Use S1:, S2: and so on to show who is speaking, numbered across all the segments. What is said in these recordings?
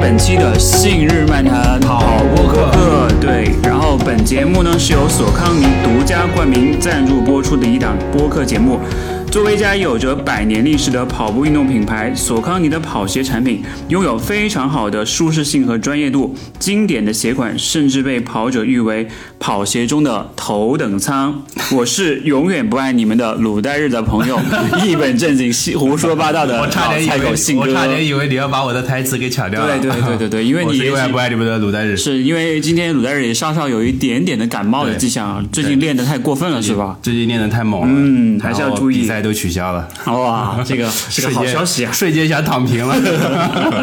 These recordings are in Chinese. S1: 本期的《信日漫谈》好播客，对。然后本节目呢是由索康尼独家冠名赞助播出的一档播客节目。作为一家有着百年历史的跑步运动品牌，索康尼的跑鞋产品拥有非常好的舒适性和专业度，经典的鞋款甚至被跑者誉为跑鞋中的头等舱。我是永远不爱你们的鲁代日的朋友， 一本正经、西胡说八道的
S2: 我
S1: 老
S2: 差点以
S1: 菜狗
S2: 为
S1: 信
S2: 我
S1: 哥。
S2: 差点以为你要把我的台词给抢掉了。
S1: 对对对对对因为你
S2: 我是因为不爱你们的鲁代日。
S1: 是因为今天鲁代日也稍稍有一点点的感冒的迹象，啊最近练得太过分了，是 吧？
S2: 最近练得太猛了，
S1: 嗯还是要
S2: 然后
S1: 注意
S2: 比赛都取消了，
S1: 哇， 这个是个好
S2: 瞬间
S1: 消息啊！
S2: 瞬间想躺平了。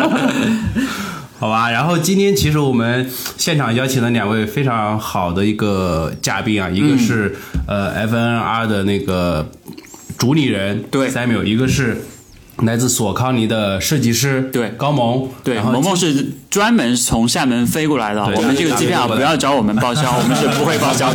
S2: 好吧，然后今天其实我们现场邀请了两位非常好的一个嘉宾啊，一
S1: 嗯
S2: 个是、呃 FNR 的那个主理人
S1: 对
S2: Samuel，一个是来自索康尼的设计师
S1: 对
S2: 高萌，
S1: 对，
S2: 然后
S1: 萌萌是专门从厦门飞过来的，
S2: 对
S1: 我们这个机票不要找我们报销， 我们是不会报销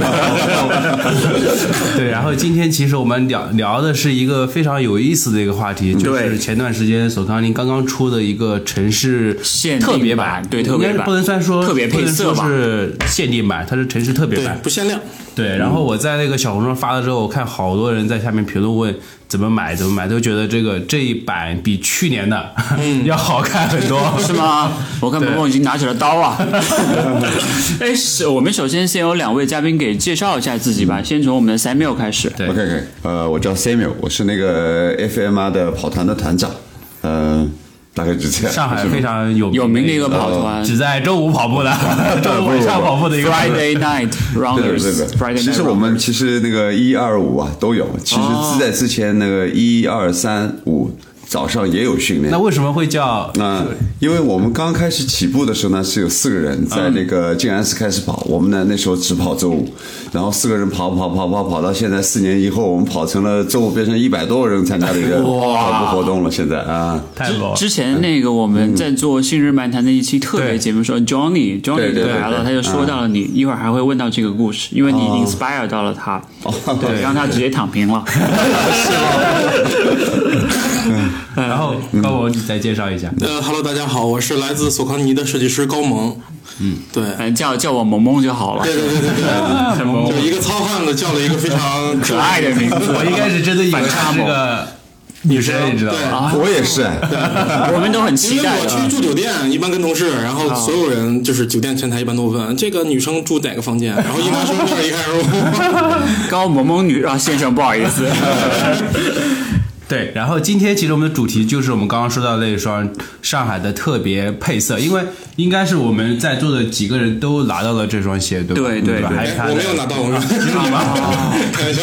S1: 的。
S2: 对，然后今天其实我们聊聊的是一个非常有意思的一个话题，就
S1: 对
S2: 是前段时间索康尼刚刚出的一个城市
S1: 限定
S2: 特别
S1: 版对特别版
S2: 应该不能算说
S1: 特别配色吧
S2: 不能说是限定版，它是城市特别
S3: 对
S2: 版，。
S3: 不限量。
S2: 对，然后我在那个小红书上发了之后，我看好多人在下面评论问怎么买，怎么买，都觉得这个这一版比去年的 要好看很多，
S1: 嗯是？吗？我看萌萌已经拿起了刀 啊！哎，是我们首先先有两位嘉宾给介绍一下自己吧，先从我们的 Samuel 开始。
S2: 对
S4: OK OK，呃，我叫 Samuel，我是那个 FMR 的跑团的团长，呃，大概就这样。
S2: 上海
S4: 是吧
S2: 非常有
S1: 有名的一个
S2: 个
S1: 跑团
S2: 只在周五跑步的， 周五晚上跑步的一个
S1: Friday Night
S4: 对的
S1: Runners，
S4: 对的
S1: Friday，Night
S4: 其实我
S1: Runners
S4: 们其实那个一二五啊都有，其实是在之前那个一二三五早上也有训练
S2: 那。为什么会叫
S4: 那因为我们刚开始起步的时候呢，是有四个人在那个静安寺开始跑。我们呢那时候只跑周五，然后四个人跑跑跑跑跑到现在四年以后，我们跑成了周五变成一百多个人参加的一个跑步活动了。现在啊，
S2: 太猛了？
S1: 之前那个我们在做《信日漫谈》的一期特别节目的时候，Johnny Johnny
S4: 嗯对对
S1: 就
S4: 对
S1: 来了，
S4: 对哦
S1: 他就说到了你，一会儿还会问到这个故事，因为你 inspire 到了他，对，让他直接躺平了。
S2: 然后高博，你再介绍一下。
S3: 呃，Hello，大家好，我是来自索康尼的设计师高萌。嗯，对，
S1: 嗯，叫叫我萌萌就好了，
S3: 对对对对
S1: 很萌
S3: 对，就一个糙汉子叫了一个非常
S1: 可爱的名字。
S2: 我一开始真的以为她是个女生，你知道吗？
S3: 对。
S4: 我也 是。
S1: 我们都很
S3: 因
S1: 期
S3: 为
S1: 待啊
S3: 我去
S1: 的。
S3: 住酒店，一般跟同事，然后所有人就是酒店前台一般都会问这个女生住哪个 房间，然后一男生那儿一看说，
S1: 高萌萌女啊，先生不好意思，
S2: 对，然后今天其实我们的主题就是我们刚刚说到的那一双上海的特别配色，因为应该是我们在座的几个人都拿到了这双鞋，对吧？
S1: 对对
S2: 吧
S1: 对
S2: 还有他
S3: 我
S2: 的
S3: 没有拿到，我说 开玩笑，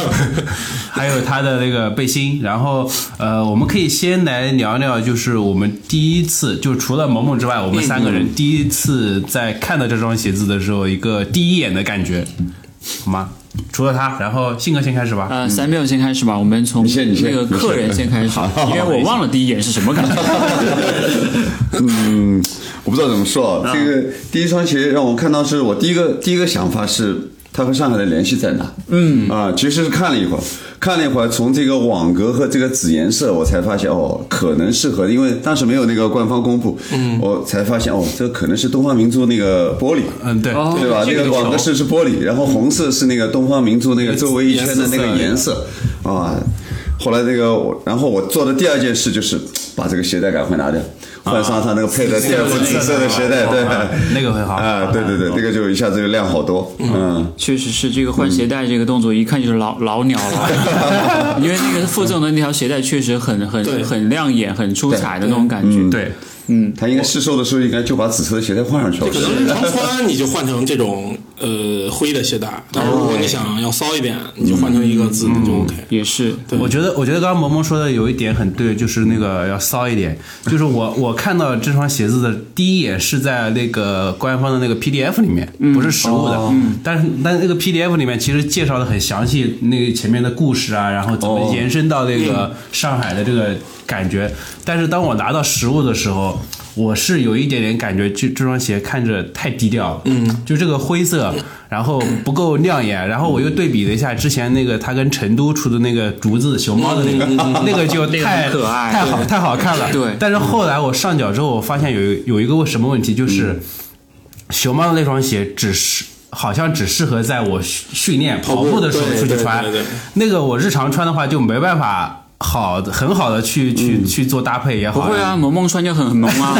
S2: 还有他的那个背心，然后呃，我们可以先来聊聊，就是我们第一次，就除了萌萌之外，我们三个人第一次在看到这双鞋子的时候，一个第一眼的感觉，好吗？除了他，然后性格先开始吧。
S1: 呃，三秒先开始吧，我们从
S4: 你先你
S1: 那
S4: 先
S1: 个客人先开始，因为我忘了第一眼是什么 感觉。
S4: 嗯，我不知道怎么说。这个第一双鞋让我看到是我第一个第一个想法是它和上海的联系在哪？嗯啊，其实是看了一会儿，看了一会儿，从这个网格和这个紫颜色，我才发现哦，可能是和因为当时没有那个官方公布，嗯，我才发现哦，这可能是东方明珠那个玻璃。
S2: 嗯，对，
S1: 哦
S4: 对吧？
S2: 这
S4: 那
S2: 个
S4: 个
S2: 球
S4: 网格是是玻璃，然后红色是那个东方明珠那个周围一圈的那个颜色啊。后来那个我，然后我做的第二件事就是把这个鞋带赶快拿掉，换上它那个配的第二副紫色的鞋带，对
S2: 啊，那个很好
S4: 啊，对对对，那个就一下子就亮好多，嗯。
S1: 确实是这个换鞋
S2: 嗯
S1: 带这个动作，一看就是老老鸟 了，因为那个附赠的那条鞋带确实很很
S3: 对
S1: 很亮眼、很出彩的那种感觉。
S2: 对，嗯
S4: 他应该试售的时候应该就把紫色的鞋带换上去了，
S3: 可能日常穿你就换成这种呃灰的鞋带，但是如果你想要骚一点，你就换成一个紫的就 OK。
S1: 也是，
S2: 我觉得，我觉得刚刚萌萌说的有一点很对，就是那个要骚一点。就是我我看到这双鞋子的第一眼是在那个官方的那个 PDF 里面，不是实物的。但是但那个 PDF 里面其实介绍的很详细，那个前面的故事啊，然后怎么
S4: 哦
S2: 延伸到那个上海的这个感觉。但是当我拿到实物的时候，我是有一点点感觉这这双鞋看着太低调了，嗯，就这个灰色，然后不够亮眼，然后我又对比了一下之前那个他跟成都出的那个竹子熊猫的那个，那个就
S1: 那个
S2: 太
S1: 很可爱
S2: 太好太好看了，
S3: 对
S2: 但是后来我上脚之后，我发现有一有一个什么问题，就是熊猫的那双鞋只是。好像只适合在我训训练跑
S3: 跑步
S2: 步的时候
S3: 对
S2: 出去
S3: 对
S2: 穿
S3: 对对，
S2: 那个我日常穿的话就没办法好的很好的去去去做搭配也
S1: 不
S2: 好，
S1: 会啊，萌萌穿就很萌 啊，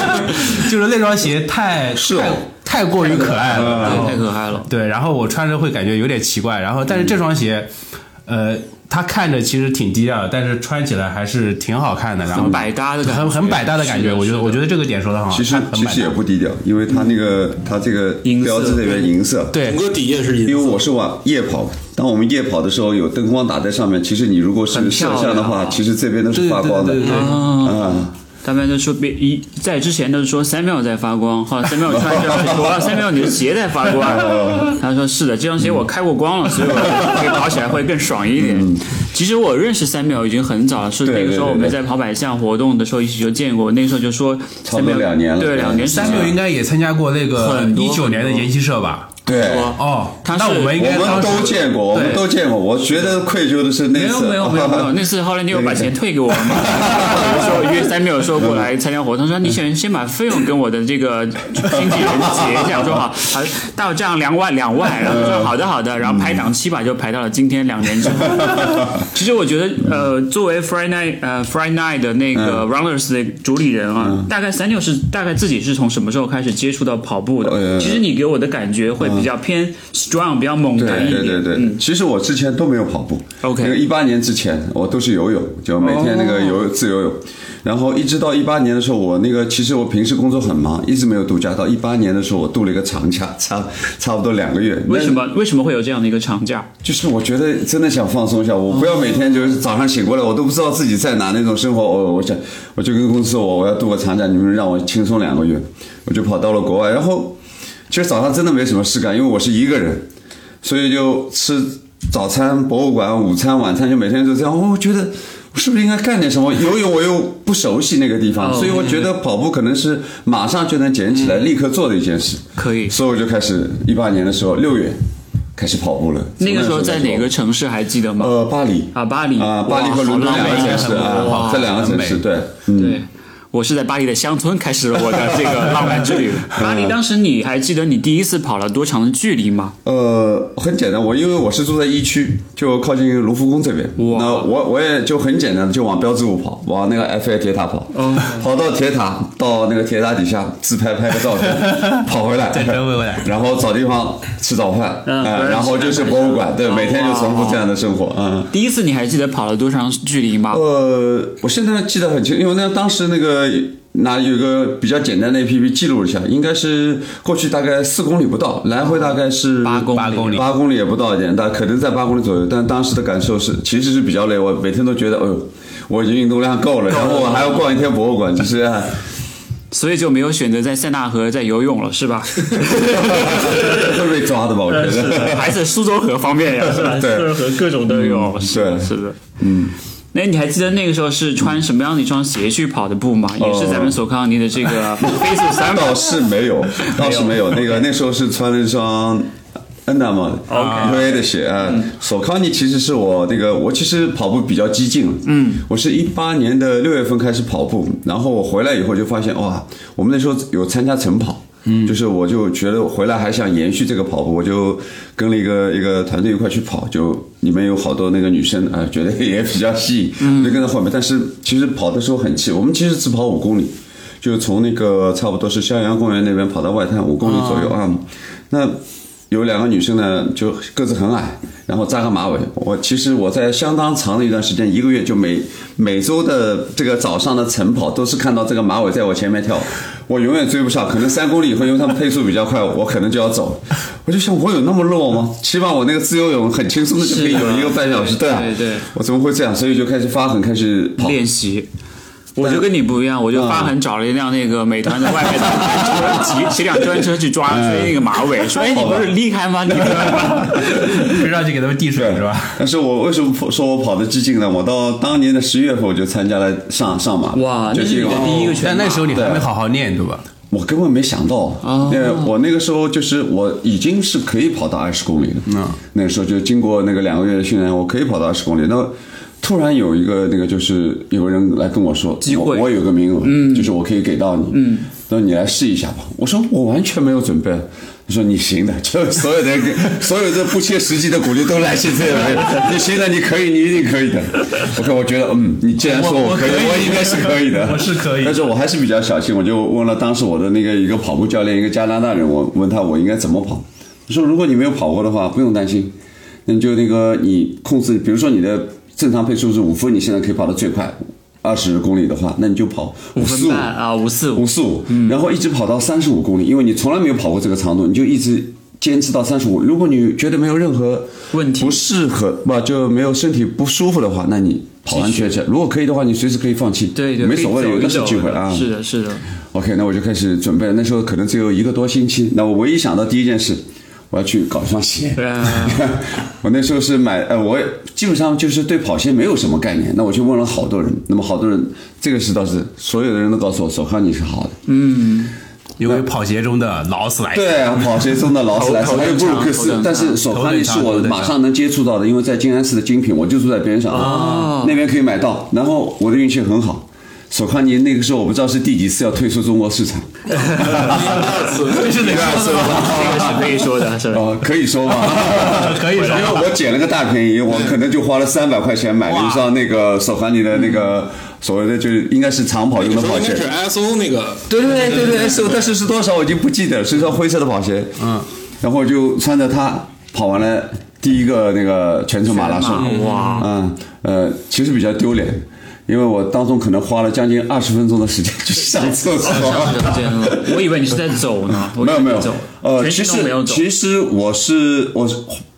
S2: 就是那双鞋太是
S4: 哦
S2: 太过于可爱了，然后
S1: 对太可爱了。
S2: 对，然后我穿着会感觉有点奇怪，然后但是这双鞋，呃，它看着其实挺低调的，但是穿起来还是挺好看的，然后
S1: 很百搭的感觉
S2: 很很百搭的感
S1: 是
S2: 觉，
S1: 的
S2: 我觉得我觉得这个点说的很好，
S4: 其实
S2: 它很
S4: 其
S2: 百
S4: 实也
S2: 搭，
S4: 不低调，因为它那个它这个
S1: 银色
S4: 标志这边银色，
S2: 对
S3: 整个底也是
S4: 因为
S3: 银色。
S4: 我是往夜跑，当我们夜跑的时候有灯光打在上面，其实你如果是
S1: 很漂亮
S4: 摄
S1: 啊
S4: 像的话，其实这边都是发光的
S2: 对对对对对
S4: 啊。
S1: 他们就说别一在之前都是说三秒在发光，后来三秒穿这双鞋，我说三秒你的鞋在发光。他说是的，这双鞋我开过光了，所以我可以跑起来会更爽一点。其实我认识三秒已经很早了，是那个时候我们在跑百项活动的时候一起就见过，那个时候就说
S4: 差不多
S1: 三秒
S4: 两年了
S1: 对，两年时间
S2: 三六应该也参加过那个
S1: 很多
S2: 一九年的
S1: 很多
S2: 研习社吧？
S4: 对，
S2: 哦，
S1: 它
S2: 那
S1: 是
S2: 我们应该
S4: 我
S2: 当
S4: 们
S2: 时
S4: 都见过，我们
S2: 对
S4: 都见过。我觉得愧疚的是那
S1: 没有
S4: 次，
S1: 没有没有 没有，那次后来你有把钱退给我吗？我就说约三秒说过来参加活动，说你先先把费用跟我的这个经纪人结一下，我说好，好到账两万两万，然后说好的好的，然后排档期吧，就排到了今天两年之后。其实我觉得呃，作为 Friday Night 呃 Friday Night 的那个 Runners 的主理人
S4: 嗯
S1: 啊，大概三六是大概自己是从什么时候开始接触到跑步的？
S4: 呃
S1: 其实你给我的感觉会比较偏 strong，比较猛男一
S4: 对
S1: 点，
S4: 对对对，
S1: 嗯
S4: 其实我之前都没有跑步。
S1: OK 哦
S4: 那个一八年之前我都是游泳，就每天那个游、自由泳，然后一直到一八年的时候，我那个其实我平时工作很忙，一直没有度假。到一八年的时候，我度了一个长假，差差不多两个月。
S1: 为
S4: 那
S1: 什么为什么会有这样的一个长假？
S4: 就是我觉得真的想放松一下，我不要每天就是早上醒过来，我都不知道自己在哪那种生活。我我想，我就跟公司说，我我要度个长假，你们让我轻松两个月，我就跑到了国外。然后其实早上真的没什么事干，因啊为我是一个人，所以就吃早餐、博物馆、午餐、晚餐，就每天就这样。我觉得我是不是应该干点什么？游泳我又不熟悉那个地方，所以我觉得跑步可能是马上就能捡起来、立刻做的一件事。
S1: 可以。
S4: 所以我就开始一八年的时候六月开始跑步了。
S1: 那个时候
S4: 从
S1: 在
S4: 开始
S1: 哪
S4: 跑
S1: 个城市还记得吗？
S4: 呃，巴黎
S1: 啊，巴黎
S4: 啊，巴黎
S1: 哇
S4: 和伦敦
S1: 好
S4: 两
S1: 浪
S4: 个
S1: 漫
S4: 城市
S1: 啊
S4: 啊
S1: 哇，
S4: 这两个城市
S2: 很美
S4: 对，
S1: 对。我是在巴黎的乡村开始了我的这 个浪漫之旅。
S4: 嗯
S1: 巴黎当时你还记得你第一次跑了多长的距离吗？
S4: 呃，很简单，我因为我是住在一区，就靠近卢浮宫这边，
S1: 哇
S4: 那我我也就很简单的就往标志舞跑，往那个埃菲尔铁塔跑，跑到铁塔，到那个铁塔底下自拍拍个照片，跑回来，
S2: 再折回来
S4: 然后找地方吃早饭，
S1: 嗯
S4: 呃
S1: 对
S4: 然后就是博物馆，对，每天就重复这样的生活，嗯。
S1: 第一次你还记得跑了多长距离吗？
S4: 呃，我现在记得很清，因为那当时那个拿有个比较简单的 APP 记录了一下，应该是过去大概四公里不到，来回大概是
S1: 八公里
S2: 八公里
S4: 八公里也不到一点，但可能在八公里左右。但当时的感受是，其实是比较累，我每天都觉得，哎呦，我已经运动量够了，然后我还要逛一天博物馆，就是、 哎
S1: 所以就没有选择在塞纳河在游泳了，是 吧？
S4: 会被抓的吧？我觉
S1: 是
S4: 得。
S1: 的，还是苏州河方面呀，是吧？苏
S4: 对
S1: 州河各种都有，是的，
S4: 对
S1: 是的，嗯。那你还记得那个时候是穿什么样的一双鞋去跑的步吗？也是咱们索康尼的这 个飞速三
S4: 倒
S1: 跑。
S4: 是没 有，倒是没有。那个那时候是穿了一双 N d a m u a 的鞋。嗯，索康尼其实是我那个我其实跑步比较激进。嗯，我是一八年的六月份开始跑步，然后我回来以后就发现哇，我们那时候有参加晨跑。嗯，就是我就觉得我回来还想延续这个跑步，我就跟了一个一个团队一块去跑，就里面有好多那个女生啊、呃觉得也比较吸引，就跟在后面。但是其实跑的时候很气，我们其实只跑五公里，就从那个差不多是襄阳公园那边跑到外滩五公里左右啊。那有两个女生呢，就个子很矮，然后扎个马尾。我其实我在相当长的一段时间，一个月就每每周的这个早上的晨跑，都是看到这个马尾在我前面跳，我永远追不上。可能三公里以后，因为他们配速比较快，我可能就要走。我就想，我有那么弱吗？起码我那个自由泳很轻松的就可以
S1: 是的
S4: 有一个半小时，对啊，
S1: 对对
S4: 我怎么会这样？所以就开始发狠，开始跑。
S1: 练习，我就跟你不一样，我
S4: 啊
S1: 就发狠找了一辆那个美团的外 面的专车，骑骑辆专车去抓追那个马尾，说：“哎，你不是离开吗？你
S2: 别上去给他们递水是吧？
S4: 但是我为什么说我跑得激进呢？我到当年的十月份我就参加了上上马，
S1: 哇
S4: 就
S1: 那是
S4: 一个
S1: 你的第一个圈
S2: 哦但那时候你还没好好念对吧？
S4: 我根本没想到，因为我那个时候就是我已经是可以跑到二十公里了。嗯，那时候就经过那个两个月的训练，我可以跑到二十公里。那突然有一个那个就是有个人来跟我说，
S1: 会
S4: 我我有个名额，嗯，就是我可以给到你，嗯，那你来试一下吧。我说我完全没有准备。他说你行的，就所有的 所有的不切实际的鼓励都来自这个， 你行的，你可以，你一定可以的。我说我觉得，嗯，你既然说
S2: 我我
S4: 可以，
S2: 可以
S4: 我应该 是可以的，
S2: 我是可以
S4: 但是我还是比较小心，我就问了当时我的那个一个跑步教练，一个加拿大人，我问他我应该怎么跑。他说如果你没有跑过的话，不用担心，那你就那个你控制，比如说你的正常配速是五分，你现在可以跑到最快二十公里的话，那你就跑五十
S1: 分
S4: 五
S1: 半啊，五四
S4: 五
S1: 五，
S4: 四五，
S2: 嗯
S4: 然后一直跑到三十五公里，因为你从来没有跑过这个长度，你就一直坚持到三十五。如果你觉得没有任何
S1: 问题
S4: 不适合不就没有身体不舒服的话，那你跑完全程，如果可以的话，你随时可以放弃，
S1: 对对，
S4: 没所谓的，有的是机会啊。
S1: 是的，是的，
S4: OK，那我就开始准备了。那时候可能只有一个多星期，那我唯一想到第一件事，我要去搞一双鞋。
S1: 对 啊，
S4: 我那时候是买，呃，我也基本上就是对跑鞋没有什么概念。那我去问了好多人，那么好多人，这个是倒是所有的人都告诉我，手康你是好的。
S2: 因为跑鞋中的劳斯莱斯，
S4: 对，跑鞋中的劳斯莱斯，
S1: 头头
S4: 还有布鲁
S1: 头
S4: 克
S1: 等
S4: 斯
S1: 舱，
S4: 但是手康利是我马上能接触到的，因为在静安寺的精品，我就住在边上，那边可以买到。然后我的运气很好。手康尼那个时候我不知道是第几次要退出中国市场，
S2: 这是哪个？
S1: 这个是可以说的，是吧？
S4: 呃，可以说吧，
S2: 可以说
S4: 因为我捡了个大便宜，我可能就花了三百块钱买了一双那个手环里的那个所谓的就是应该是长跑用的
S3: 有时候
S1: 哎
S4: 跑
S3: 应
S4: 鞋
S3: 该是，ISO 那个
S4: 对对对对对，是，但是是多少我已经不记得了，是一双灰色的跑鞋，嗯，然后我就穿着它跑完了第一个那个全程马拉松，哇，嗯呃，其实比较丢脸。因为我当中可能花了将近二十分钟的时间去上厕所，
S1: 这样的，我以为你是在走呢，我以
S4: 没
S1: 为
S4: 有
S1: 你
S4: 没
S1: 在
S4: 有
S1: 走，
S4: 呃，其
S1: 全程都没
S4: 实
S1: 有走，
S4: 其实我是我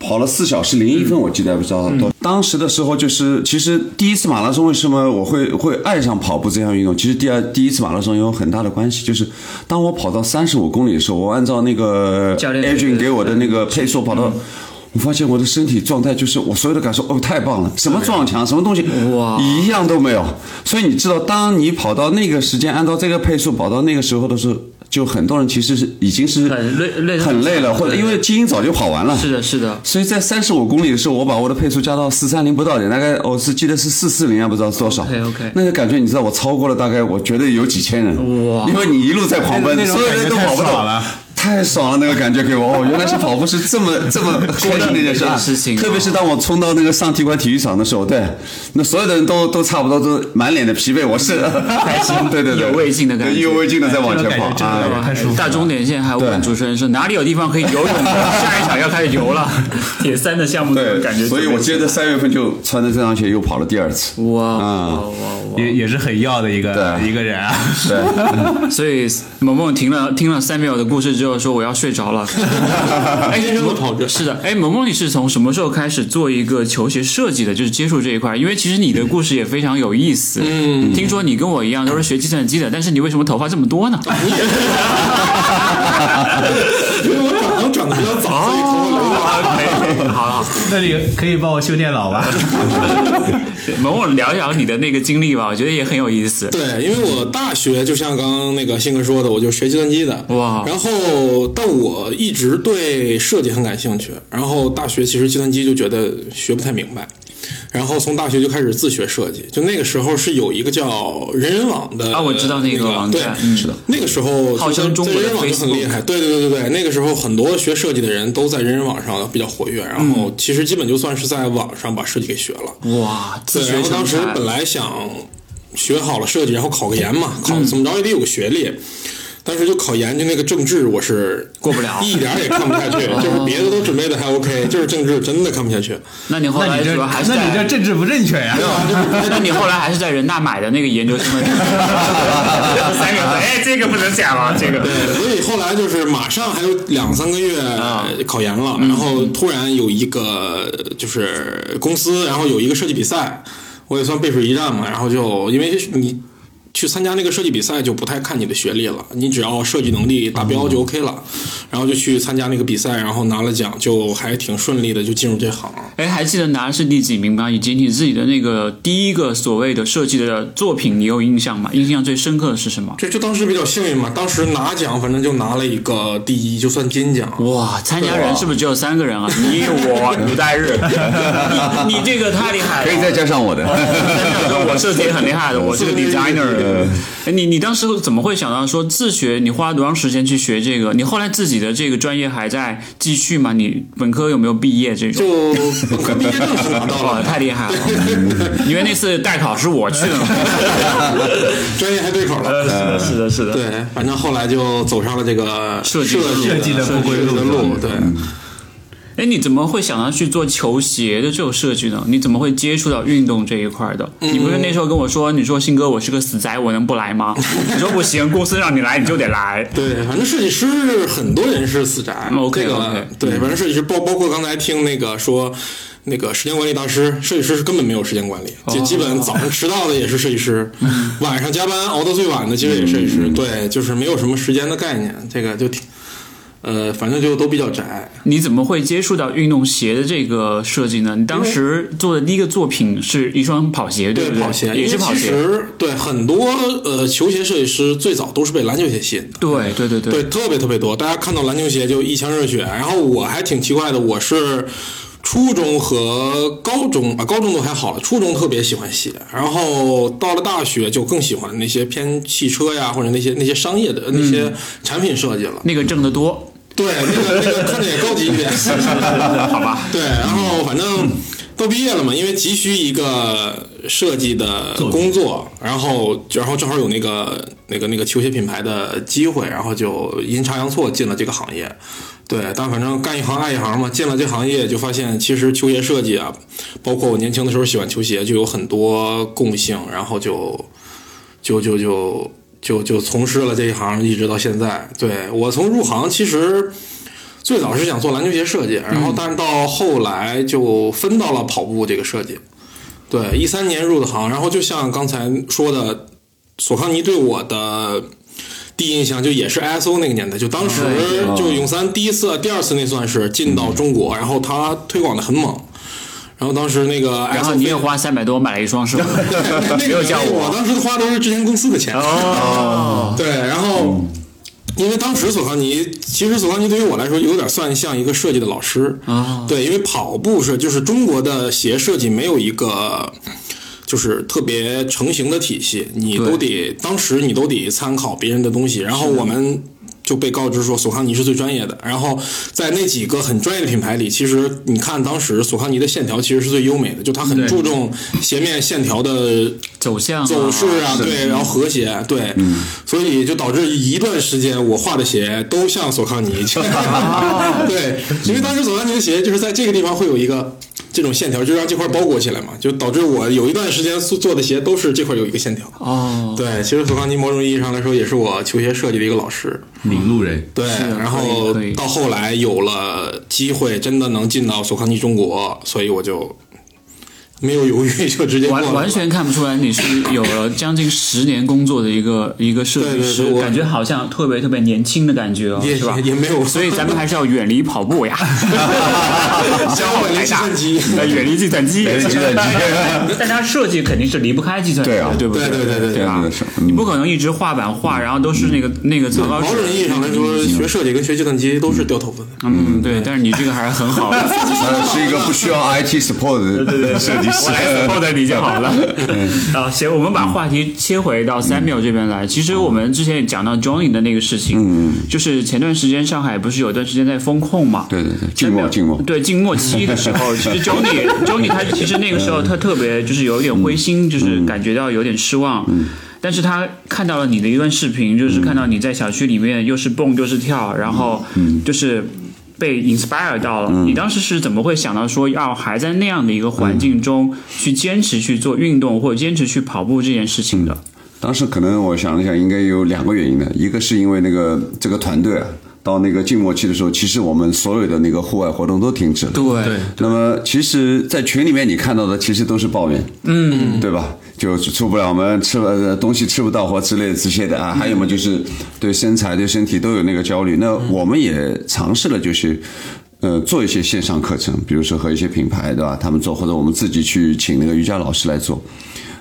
S4: 跑了四小时零一分，我记得不知道
S1: 嗯
S4: 多。当时的时候就是，其实第一次马拉松为什么我会会爱上跑步这项运动？其实第二第一次马拉松有很大的关系，就是当我跑到三十五公里的时候，我按照那个
S1: 教练
S4: Adrian 给我的那个配速跑到。我发现我的身体状态就是我所有的感受哦，太棒了！什么撞墙，什么东西，
S1: 哇
S4: 一样都没有。所以你知道，当你跑到那个时间，按照这个配速跑到那个时候的时候，就很多人其实是已经是
S1: 很累累得
S4: 很累了，
S1: 很
S4: 或者因为基因早就跑完了。
S1: 是的，是的，
S4: 所以在三十五公里的时候，我把我的配速加到四三零不到点，大概我是记得是四四零啊，不知道是多少。
S1: OK，OK
S4: 那个感觉你知道，我超过了大概，我觉得有几千人。
S1: 哇
S4: 因为你一路在狂奔，
S2: 那那种
S4: 所有人都
S2: 感觉
S4: 跑不
S2: 太
S4: 到
S2: 爽了。
S4: 太爽了，那个感觉给我哦，原来是跑步是这么这么开心的一件事啊
S1: 事情
S4: 特别是当我冲到那个上体育馆体育场的时候，对，那所有的人都都差不多都满脸的疲惫，我是开 心，对对对，
S1: 有慰藉的感觉
S4: 对意犹未尽的在往
S2: 这
S4: 前
S2: 种感
S4: 跑
S2: 觉真
S4: 啊
S2: 的。太舒服了。
S1: 嗯大终点线还问
S4: 对
S1: 主持人说哪里有地方可以游泳的，下一场要开始游了。 铁三的项目
S4: 对，
S1: 感觉，
S4: 所以我接着三月份就穿着这双鞋又跑了第二次。
S1: 哇哇
S4: 嗯
S1: 哇哇！
S2: 也也是很要的一个
S4: 对
S2: 一个人啊，
S4: 对，
S1: 所以萌萌听了听了三秒的故事之后说我要睡着 了。哎，
S3: 天生的跑者
S1: 是的，哎，萌萌你是从什么时候开始做一个球鞋设计的？就是接触这一块，因为其实你的故事也非常有意思。嗯，听说你跟我一样都是学计算机的，但是你为什么头发这么多 呢？
S3: 因为我转行转的比较早，所以头发留了
S1: 好好，
S2: 那里可以帮我修电脑吧？
S1: 萌萌聊一聊你的那个经历吧，我觉得也很有意思。
S3: 对，因为我大学就像刚刚那个新哥说的，我就学计算机的。
S1: 哇
S3: 然后，但我一直对设计很感兴趣。然后大学其实计算机就觉得学不太明白，然后从大学就开始自学设计。就那个时候是有一个叫人人网的
S1: 啊我知道那个网站
S3: 对，
S1: 嗯
S4: 是的。
S3: 那个时候
S1: 号称中国的
S3: 在人人网就很厉害，对对对对对，那个时候很多学设计的人都在人人网上比较活跃，然
S1: 嗯
S3: 后其实基本就算是在网上把设计给学了。
S1: 哇，自
S3: 对，然
S1: 学
S3: 后
S1: 成
S3: 当时
S1: 才
S3: 本来想学好了设计，然后考个研嘛，考
S1: 嗯
S3: 怎么着也得有个学历。但是就考研就那个政治，我是
S1: 过不了
S3: 一点儿也看不下 去。就是别的都准备的还 OK，就是政治真的看不下去。
S1: 那你后
S2: 那
S1: 来
S2: 你这
S1: 主 要还是
S2: 那
S1: 在
S2: 你这政治不正确呀？
S1: 那你后来还是在人大买的那个研究生的 三个，哎，这个不能讲啊，这个
S3: 对， 所以后来就是马上还有两三个月考研了，然后突然有一个就是公司，然后有一个设计比赛，我也算背水一战嘛，然后就因为你。去参加那个设计比赛就不太看你的学历了，你只要设计能力达标就 OK 了。然后就去参加那个比赛，然后拿了奖，就还挺顺利的，就进入这行。
S1: 哎，还记得拿的是第几名吗？以及你自己的那个第一个所谓的设计的作品，你有印象吗？印象最深刻的是什么？
S3: 这这当时比较幸运嘛，当时拿奖反正就拿了一个第一，就算金奖。
S1: 哇，参加人是不是只有三个人啊？你我吴代日， 你你这个太厉害了。
S4: 可以再加上 我的。呃
S1: 说我设计也很厉害的，我是个 designer。哎，你你当时怎么会想到说自学？你花多长时间去学这个？你后来自己的这个专业还在继续吗？你本科有没有毕业这种？
S3: 就 本科毕业证是拿到
S1: 哇，
S3: 了，
S1: 太厉害了！因为那次代考是我去的嘛。
S3: 专业还对口了。
S1: 呃是的，是的，是的。
S3: 对，反正后来就走上了这个
S1: 设计
S3: 计
S1: 的路
S2: 设计的不归路
S3: 的路。对，
S1: 哎，你怎么会想到去做球鞋的这种设计呢？你怎么会接触到运动这一块的？你不是那时候跟我说，你说鑫哥我是个死宅，我能不来吗？你说不行，公司让你来你就得来。
S3: 对，反正设计师很多人是死宅。
S1: 嗯，OK，
S3: 这个
S1: OK
S3: 对，反正设计师包包括刚才听那个说。那个时间管理大师，设计师是根本没有时间管理，
S1: 哦
S3: 就基本早上迟到的也是设 计师，晚上加班熬到最晚的其实也是设计师。对，就是没有什么时间的概念，这个就挺，呃，反正就都比较宅。
S1: 你怎么会接触到运动鞋的这个设计呢？你当时做的第一个作品是一双跑鞋，对不对？
S3: 跑鞋
S1: 也是跑
S3: 因
S1: 鞋。
S3: 为其实对很多呃球鞋设计师最早都是被篮球鞋吸引的。
S1: 对对对对
S3: 对，特别特别多。大家看到篮球鞋就一腔热血。然后我还挺奇怪的，我是初中和高中啊，高中都还好了，初中特别喜欢鞋，然后到了大学就更喜欢那些偏汽车呀，或者那些那些商业的呃那
S1: 嗯
S3: 些产品设计了。
S1: 那个挣得多。
S3: 对，那个那个看着也高级一点，
S1: 好吧。
S3: 对，然后反正都毕业了嘛，因为急需一个设计的工作，然后然后正好有那个那个那个球鞋品牌的机会，然后就阴差阳错进了这个行业。对，但反正干一行爱一行嘛，进了这行业就发现，其实球鞋设计啊，包括我年轻的时候喜欢球鞋，就有很多共性，然后就就就就就就从事了这一行，一直到现在。对我从入行其实最早是想做篮球鞋设计，然后但是到后来就分到了跑步这个设计。对，一三年入的行，然后就像刚才说的，索康尼对我的第一印象就也是 ISO 那个年代，就当时就永三第一次、第二次那算是进到中国，然后他推广的很猛，然后当时那个 ISO
S1: 然后你也花三百多买了一双，是 吧？没有叫
S3: 我
S1: 我。
S3: 当时花都是之前公司的钱。
S1: 哦，
S3: 对，然后因为当时索康尼，其实索康尼对于我来说有点算像一个设计的老师
S1: 哦
S3: 对，因为跑步是就是中国的鞋设计没有一个。就是特别成型的体系，你都得当时你都得参考别人的东西，然后我们就被告知说索康尼是最专业的。然后在那几个很专业的品牌里，其实你看当时索康尼的线条其实是最优美的，就它很注重鞋面线条的
S1: 走向啊
S3: 走势啊，对，然后和谐，对，
S1: 嗯
S3: 所以就导致一段时间我画的鞋都像索康尼， 对，因为当时索康尼的鞋就是在这个地方会有一个这种线条，就让这块包裹起来嘛，就导致我有一段时间做做的鞋都是这块有一个线条。
S1: 哦，
S3: 对，其实索康尼某种意义上来说也是我球鞋设计的一个老师。
S2: 领 路人。
S3: 对，然后
S1: 可以可以
S3: 到后来有了机会，真的能进到索康尼中国，所以我就没有犹豫就直接过来
S1: 完
S3: 了
S1: 完全看不出来你是有了将近十年工作的一个一个设计师，
S3: 对对对我
S1: 感觉好像特别特别年轻的感觉哦，
S3: 也
S1: 是吧？
S3: 也也没有
S1: 所以咱们还是要远离跑步呀，消耗
S3: 远
S1: 太
S3: 离计
S1: 大
S3: 算机
S1: 呃远离计算机，
S4: 远离计算机
S1: 但它设计肯定是离不开计算机
S4: 对啊
S1: 的，对不
S3: 对
S1: 对啊
S3: 对对对
S4: 这样
S1: 吧
S4: 子的事儿，嗯
S1: 你不可能一直画板画，然后都是那个那个草稿
S3: 某种
S1: 纸。
S3: 意义上来说，学设计跟学计算机都是掉头发的。
S1: 嗯，对，但是你这个还是很好的，
S4: 呃，是一个不需要 IT support 的设计师
S1: 我。来 support 你就好了。啊，行，我们把话题切回到 Samuel 这边来。其实我们之前也讲到 Johnny 的那个事情，就是前段时间上海不是有段时间在封控嘛？
S4: 对对对，静默
S1: Samuel-
S4: 静默。
S1: 对静默期的时 候，其实 Johnny Johnny 他其实那个时候他特别就是有点灰
S4: 嗯
S1: 心，就是感觉到有点失望。但是他看到了你的一段视频，就是看到你在小区里面又是蹦又是跳，然后
S4: 嗯
S1: 就是被 inspire 到了。你当时是怎么会想到说要还在那样的一个环境中去坚持去做运动或者坚持去跑步这件事情的？
S4: 当时可能我想了想，应该有两个原因的，一个是因为那个这个团队啊。到那个静默期的时候，其实我们所有的那个户外活动都停止了。
S1: 对
S2: 对
S4: 那么其实，在群里面你看到的其实都是抱怨，嗯，对吧？就出不了门，吃不呃东西吃不到或之类之类的啊。还有嘛，
S1: 嗯
S4: 就是对身材、对身体都有那个焦虑。那我们也尝试了，就是。呃，做一些线上课程，比如说和一些品牌，对吧？他们做，或者我们自己去请那个瑜伽老师来做。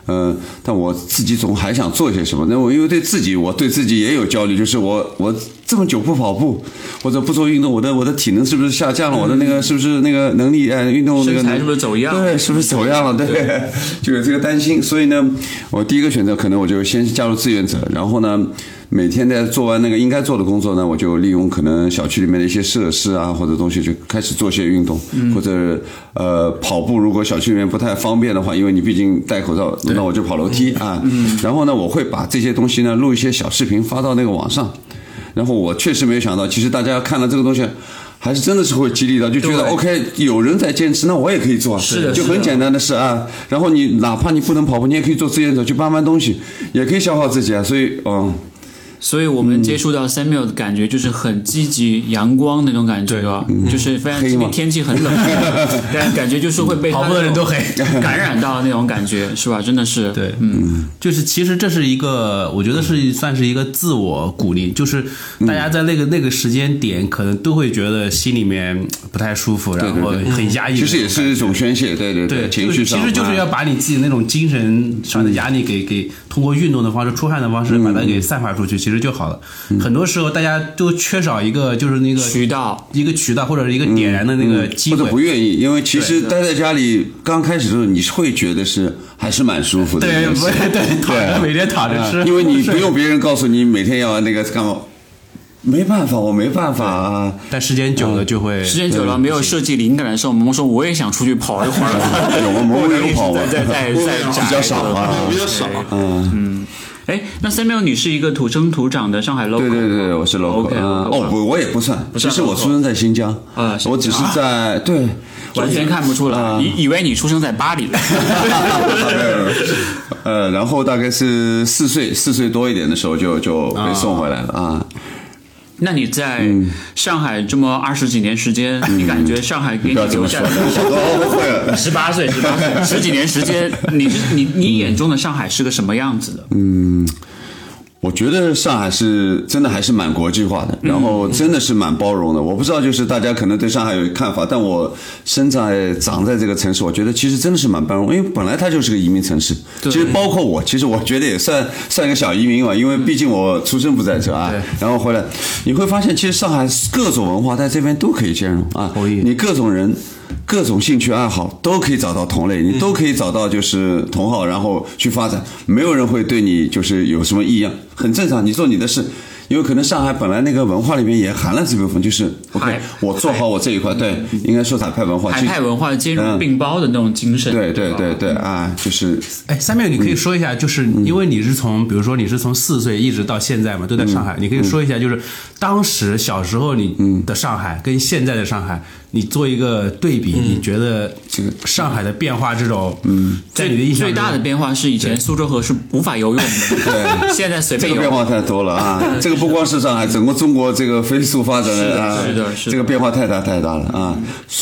S4: 嗯，但我自己总还想做些什么。那我因为对自己，我对自己也有焦虑，就是我我这么久不跑步或者不做运动，我的我的体能是不是下降了？我的那个是不是那个能力？哎，运动那个
S1: 嗯身材
S4: 能
S1: 是不是走样
S4: 对，是不是走样了？对，就有这个担心。所以呢，我第一个选择可能我就先加入志愿者，然后呢。每天在做完那个应该做的工作呢，我就利用可能小区里面的一些设施啊或者东西，就开始做些运动，或者呃跑步。如果小区里面不太方便的话，因为你毕竟戴口罩，那我就跑楼梯啊。然后呢，我会把这些东西呢录一些小视频发到那个网上。然后我确实没有想到，其实大家看了这个东西。还是真的是会激励到，就觉得
S1: 对
S4: OK，有人在坚持，那我也可以做，啊是
S1: 的
S4: 就是
S1: 的
S4: 很简单的事啊。然后你哪怕你不能跑步，你也可以做志愿者，去搬搬东西，也可以消耗自己啊。所以，嗯，
S1: 所以我们接触到 Samuel 的感觉就是很积极、阳光那种感觉，吧？就是非常
S4: 黑
S1: 今
S4: 嘛
S1: 天天气很冷，但感觉就是会被
S2: 跑步的人都黑
S1: 感染到那种感觉，是吧？真的是，
S2: 对，嗯，就是其实这是一个，我觉得是算是一个自我鼓励，就是大家在那个那个时间点，可能都会觉得心里面不太舒服，然后很压抑。
S4: 其实也是一种宣泄，对对
S2: 嗯对
S4: 情
S2: 就
S4: 绪
S2: 是
S4: 上啊
S2: 其实就是要把你自己那种精神上的压力给给通过运动的方式、出汗的方
S4: 嗯
S2: 式把它给散发出去，其实就好了。很多时候大家都缺少一个就是那个
S1: 渠道
S2: 一个渠道或者一个点燃的那个机
S4: 嗯或者不
S2: 会。
S4: 愿意，因为其实待在家里刚开始的时候，你是会觉得是还是蛮舒服的一
S2: 对，
S4: 件事，
S2: 不 是对，躺着每天躺着
S4: 啊
S2: 吃，
S4: 因为你不用别人告诉你每天要那个干嘛，没办法，我没办法啊。
S2: 但时间久了就会
S1: 时间久了没有设计灵感的时候，萌萌说我也想出去跑一会儿，
S4: 有吗？某某有跑吗？
S1: 再再再
S3: 比
S4: 较少啊
S3: 嗯比较少。
S1: 哎，那 Samuel，你是一个土生土长的上海 local，
S4: 对对对，我是 local
S1: OK，
S4: 啊
S1: local
S4: 哦，我我也不算，
S1: 算
S4: 其实我
S1: local
S4: 出生在新疆
S1: 啊新疆
S4: 我只是在对，
S1: 完全看不出来，以以为你出生在巴黎。
S4: 呃，然后大概是四岁四岁多一点的时候就就被送回来了啊。
S1: 那你在
S4: 嗯
S1: 上海这么二十几年时间，你感觉上海给
S4: 不
S1: 你
S4: 要这
S1: 留
S4: 么
S1: 下
S4: 说，
S1: 的
S4: 我误会了。
S1: 十八岁，十八 岁，十几年时间，你是你你眼中的上海是个什么样子
S4: 嗯
S1: 的？
S4: 我觉得上海是真的还是蛮国际化的，然后真的是蛮包容的。我不知道，就是大家可能对上海有看法，但我生在长在这个城市，我觉得其实真的是蛮包容，因为本来它就是个移民城市。其实包括我，其实我觉得也算算一个小移民吧，因为毕竟我出生不在这啊。然后回来，你会发现，其实上海各种文化在这边都可以兼容啊。
S2: 同意
S4: 你各种人、各种兴趣爱好都可以找到同
S1: 嗯
S4: 类，你都可以找到就是同好，然后去发展，没有人会对你就是有什么异样，很正常。你做你的事，因为可能上海本来那个文化里面也含了这部分，就是 OK，
S1: 海
S4: 我做好我这一块，对，应该说海派文化，
S1: 海
S4: 其
S1: 嗯
S4: 实嗯
S1: 派文化哦兼容并包的那种精神，
S4: 对对对对啊，就是
S2: 哎，三妹，你可以说一下，就是
S4: 嗯
S2: 因为你是从，比如说你是从四岁一直到现在嘛，都在上海，你可以说一下，就是当时小时候你的上海跟现在的上海，你做一个对比，你觉得
S4: 嗯
S2: 上海的变化这种，嗯，在你的
S1: 最
S2: 印象
S1: 最大的
S2: 中
S1: 变化是以前苏州河是无法游泳的，
S4: 对
S1: 现在随
S4: 这
S1: 便
S4: 个变
S1: 游。
S4: 化太多了啊！这个不光是上海，整个中国这个飞速发展
S1: 是的
S4: 啊，
S1: 是的是的
S4: 这个变化太大太大了啊！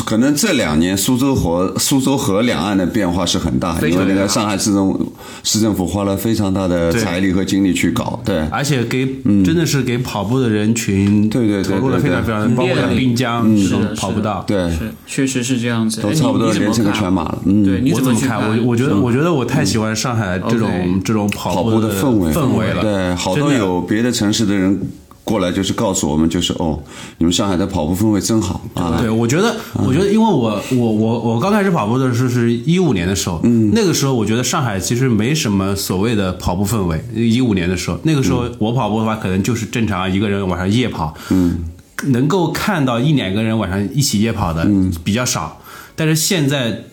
S4: 可能这两年苏州河苏州河两岸的变化是很大，
S1: 非
S4: 因
S1: 常
S4: 为那
S1: 大
S4: 个上海市政市政府花了非常大的财力和精力去搞，对
S2: 而且给真的是给跑步的人群
S4: 对对对
S2: 投入了非常非常，包括像滨江这种跑不到，
S4: 嗯对，
S1: 是，确实是这样子。
S4: 都
S1: 哎
S4: 差不
S1: 你
S4: 多
S1: 你怎么
S4: 连成个
S1: 看
S4: 全马了嗯
S1: 对，你
S2: 我
S1: 么
S2: 么
S1: 去
S2: 看？我我觉得我觉得我太喜欢上海这
S1: OK
S2: 种这种跑
S4: 嗯跑步
S2: 的
S4: 的氛围
S2: 氛围了，
S4: 对，好多
S2: 真的
S4: 有别的城市的人过来就是告诉我们，就是哦，你们上海的跑步氛围真好啊！
S2: 对，我觉得，我觉得，因为我我我我刚开始跑步的时候是一五年的时候，嗯，那个时候我觉得上海其实没什么所谓的跑步氛围。一五年的时候，那个时候我跑步的话，可能就是正常一个人晚上夜跑，嗯，能够看到一两个人晚上一起夜跑的比较少，但是现在。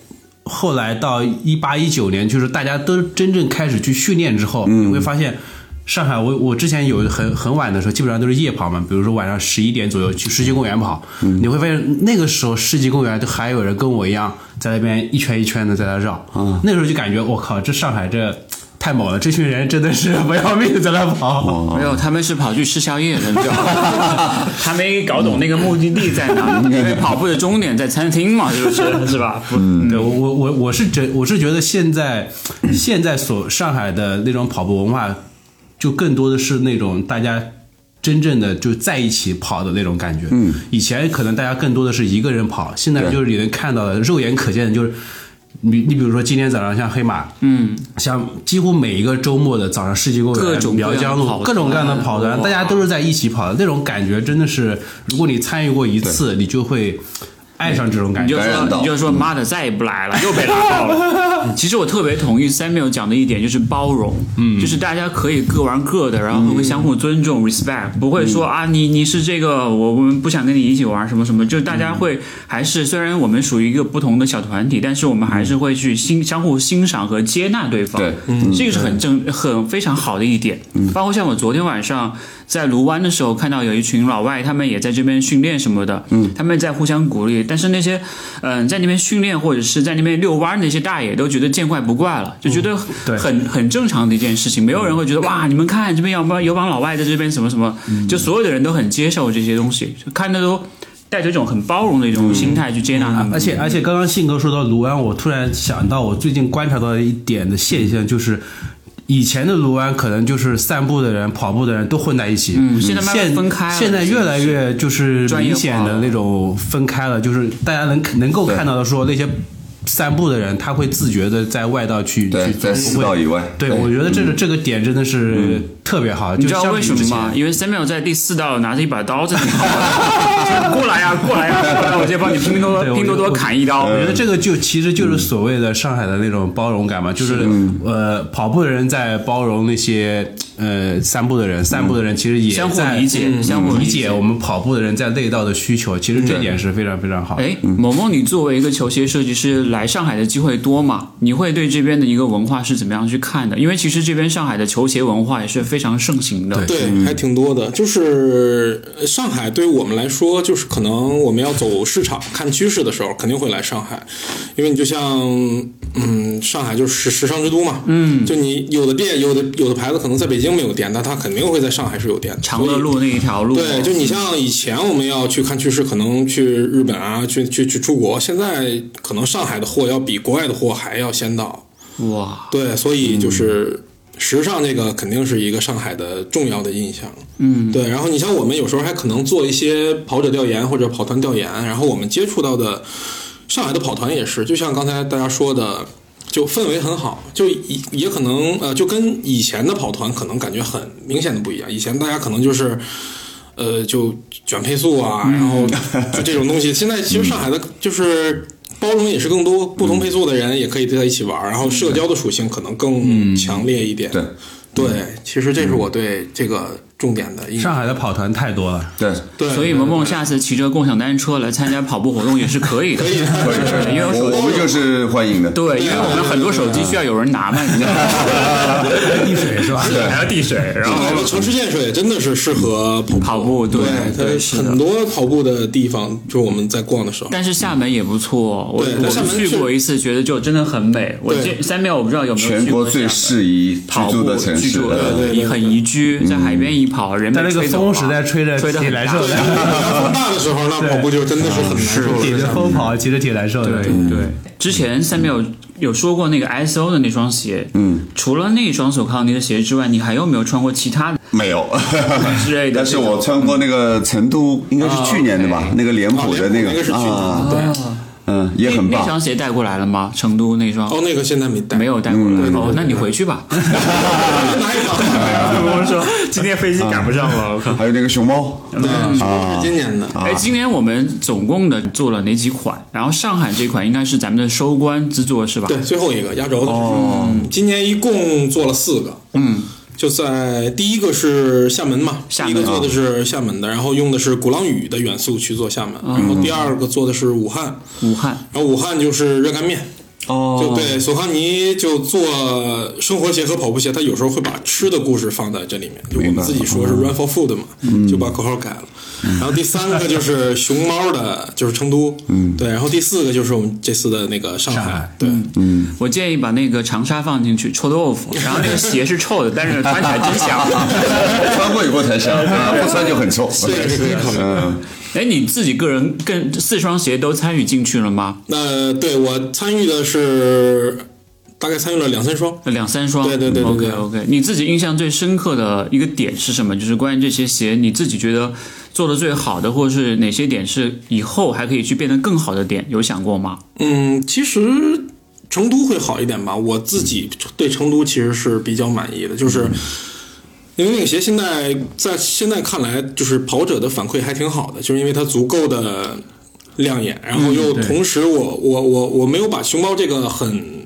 S2: 后来到一八一九年，就是大家都真正开始去训练之后，你会发现上海，我我之前有很很晚的时候，基本上都是夜跑嘛，比如说晚上十一点左右去世纪公园跑，你会发现那个时候世纪公园都还有人跟我一样在那边一圈一圈的在那绕，那时候就感觉我靠，这上海这太猛了，这群人真的是不要命在那跑。
S4: 哦
S5: 没有，他们是跑去吃宵夜了，你知道吗？ 嗯
S1: 他没搞懂那个目的地在哪，因为跑步的终点在餐厅嘛， 就是嗯是吧？不
S5: 嗯
S2: 对我我我我是觉我是觉得现在现在所上海的那种跑步文化，就更多的是那种大家真正的就在一起跑的那种感觉。嗯，以前可能大家更多的是一个人跑，现在就是你能看到的肉眼可见的就是。你你比如说今天早上像黑马，嗯，像几乎每一个周末的早上世纪公园、
S5: 各种各样
S2: 苗
S5: 的
S2: 江路
S5: 跑团
S2: 各种各样的跑团，
S5: 哇
S2: 大家都是在一起跑的那种感觉，真的是如果你参与过一次，你就会爱上这种感
S1: 你
S2: 觉
S1: 就。
S4: 感
S1: 说
S4: 染到
S1: 你就
S5: 嗯
S1: 说妈的，再也不来了，又被拉 到了。其实我特别同意 Samuel 讲的一点，就是包容，嗯，就是大家可以各玩各的，然后会相互尊重、respect，不
S5: 嗯
S1: 会说啊，你你是这个，我我们不想跟你一起玩什么什么，就是大家会还是虽然我们属于一个不同的小团体，但是我们还是会去欣相互欣赏和接纳对方，
S4: 对
S2: 嗯
S1: 这个是很正很非常好的一点。包括像我昨天晚上在卢湾的时候，看到有一群老外，他们也在这边训练什么的，嗯，他们在互相鼓励。但是那些嗯、在那边训练或者是在那边遛弯的那些大爷都觉得见怪不怪了，就觉得
S2: 嗯对
S1: 很、很正常的一件事情，没有人会觉得哇，你们看这边有帮有帮老外在这边什么什么，
S2: 嗯
S1: 就所有的人都很接受这些东西，就看的都带着一种很包容的一种心态去接纳他们。
S2: 嗯而且而且，刚刚信哥说到卢湾，我突然想到，我最近观察到的一点的现象就是。以前的卢湾可能就是散步的人、跑步的人都混在一起，
S1: 嗯现在慢慢
S2: 现
S1: 分开了
S2: 现在越来越就是
S1: 专业
S2: 明
S1: 化
S2: 显的
S1: 了
S2: 那种分开了，就是大家能能够看到的说那些散步的人，他会自觉的在外道去
S4: 对
S2: 去
S4: 在
S2: 走
S4: 四道以外
S2: 对，
S4: 对
S2: 我觉得这个这个点真的是特别好，
S1: 嗯你
S2: 就
S1: 知道
S2: 相比
S1: 为什么
S2: 之前
S1: 吗？？因为 Samuel 在第四道拿着一把刀在那里 跑，过来呀、过来呀、啊过来，我先帮你拼多
S2: 对
S1: 多
S2: 我
S1: 拼多多砍一刀嗯
S2: 我。觉得这个就其实就是所谓的上海的那种包容感嘛，就是呃，跑步的人在包容那些呃散步的人，散步的人其实也
S1: 相互
S2: 在
S1: 理解
S2: 嗯
S1: 相互
S2: 理
S1: 理
S2: 解
S1: 解
S2: 我们跑步的人在内道的需求，其实这点是非常非常好。
S1: 哎，萌萌，你作为一个球鞋设计师，来上海的机会多吗？你会对这边的一个文化是怎么样去看的？因为其实这边上海的球鞋文化也是非常盛行的。
S3: 对，还挺多的。就是呃上海对于我们来说，就是可能我们要走市场看趋势的时候，肯定会来上海，因为你就像嗯，上海就是时时尚之都嘛，嗯，就你有的店，有的有的牌子可能在北京没有店，但它肯定会在上海是有店的。
S1: 长乐路那一条路，
S3: 对，就你像以前我们要去看趋势，可能去日本啊，去去去出国，现在可能上海的货要比国外的货还要先到。
S1: 哇，
S3: 对，所以就是时尚这个肯定是一个上海的重要的印象。嗯，对。然后你像我们有时候还可能做一些跑者调研或者跑团调研，然后我们接触到的上海的跑团也是，就像刚才大家说的。就氛围很好，就也也可能呃，就跟以前的跑团可能感觉很明显的不一样。以前大家可能就是，呃，就卷配速啊，然后就这种东西。现在其实上海的就是包容也是更多，不同配速的人也可以在一起玩儿，然后社交的属性可能更强烈一点。
S4: 对
S3: 对，其实这是我对这个重点的印象。
S2: 上海的跑团太多了，
S4: 对，
S3: 对，
S1: 所以萌萌下次骑着共享单车来参加跑步活动也是可以的，
S3: 可以的
S4: 可以
S1: 对因为我
S4: 我我们就是欢迎的。
S1: 对，因为我们很多手机需要有人拿嘛，你知 道吗？
S2: 滴水是吧？
S1: 还要递水，然
S3: 上
S1: 后
S3: 海的城市建设也真的是适合跑步
S1: 跑步，嗯对
S3: 对，它
S1: 是的
S3: 很多跑步的地方，就是我们在逛的时候。
S1: 但是厦门也不错，我
S3: 对
S1: 我
S3: 厦门
S1: 去
S3: 是
S1: 过一次，觉得就真的很美。我
S3: 对
S1: 这三秒我不知道有没有
S4: 全
S1: 去
S4: 国
S1: 过
S4: 最
S1: 厦门
S4: 适宜
S1: 跑
S4: 居
S1: 步
S4: 住的城
S1: 居
S4: 市呃嗯
S1: 住，的
S3: 对对对
S1: 很宜居，在海边一跑，人
S2: 在
S1: 被
S2: 那个
S1: 吹走
S2: 风
S1: 了
S2: 时代吹着
S1: 吹得
S2: 挺
S1: 很
S2: 难
S1: 大
S2: 受的，
S3: 风大的时候，那跑步就真的是很难受
S2: 顶着
S3: 了。
S2: 风跑其实挺难受的。嗯
S1: 对对，之前三秒有有说过那个 ISO 的那双鞋，嗯，除了那双索康尼的鞋之外，你还有没有穿过其他的
S4: 没有
S1: 之类的
S4: 但是
S1: 这种
S4: 我穿过那个成都，应该是去年的吧，那个脸谱的
S3: 那
S4: 个
S3: 个是去年，
S4: 啊，
S3: 对，
S4: 嗯，也
S1: 那
S4: 很
S1: 那
S4: 棒。
S1: 双鞋带过来了吗？成都那双
S3: 哦，那个现在没带，
S1: 没有带过
S4: 嗯
S1: 来哦，那你回去 吧。
S3: 哪有？
S1: 我说今天飞机赶不上了，我靠。
S4: 还有那个熊猫，
S1: 嗯
S3: 对，是今年的。
S1: 哎，今年我们总共的做了哪几款？然后上海这款应该是咱们的收官之作是吧？
S3: 对，最后一个压轴的。哦，今年一共做了四个。嗯，就在第一个是厦门嘛，
S1: 厦
S3: 第
S1: 门啊
S3: 一个做的是厦门的，然后用的是鼓浪屿的
S1: 嗯
S3: 元素去做厦门，然后第二个做的是武汉，
S1: 武汉
S3: 然后武汉就是热干面。
S1: 哦，
S3: 就对，索康尼就做生活鞋和跑步鞋，他有时候会把吃的故事放在这里面。就我们自己说是 run for food 嘛，就把口号改了。然后第三个就是熊猫的，就是成都，嗯，对。然后第四个就是我们这次的那个上海，
S2: 上海
S3: 对，
S1: 我建议把那个长沙放进去，臭豆 腐。然后那个鞋是臭的，但是穿起来真香。
S4: 穿过以后才香，啊不穿就很臭。
S3: 这也是可以考虑。
S4: 嗯，
S1: 哎，你自己个人跟四双鞋都参与进去了吗？
S3: 那对我参与的是大概参与了两三双，
S1: 两三双。
S3: 对对对对对
S1: OK OK，你自己印象最深刻的一个点是什么？就是关于这些鞋，你自己觉得做的最好的，或者是哪些点是以后还可以去变得更好的点，有想过吗？
S3: 嗯，其实成都会好一点吧。我自己对成都其实是比较满意的，就是因为那个鞋现在在现在看来，就是跑者的反馈还挺好的，就是因为它足够的亮眼，然后又同时我、我我我没有把熊猫这个很。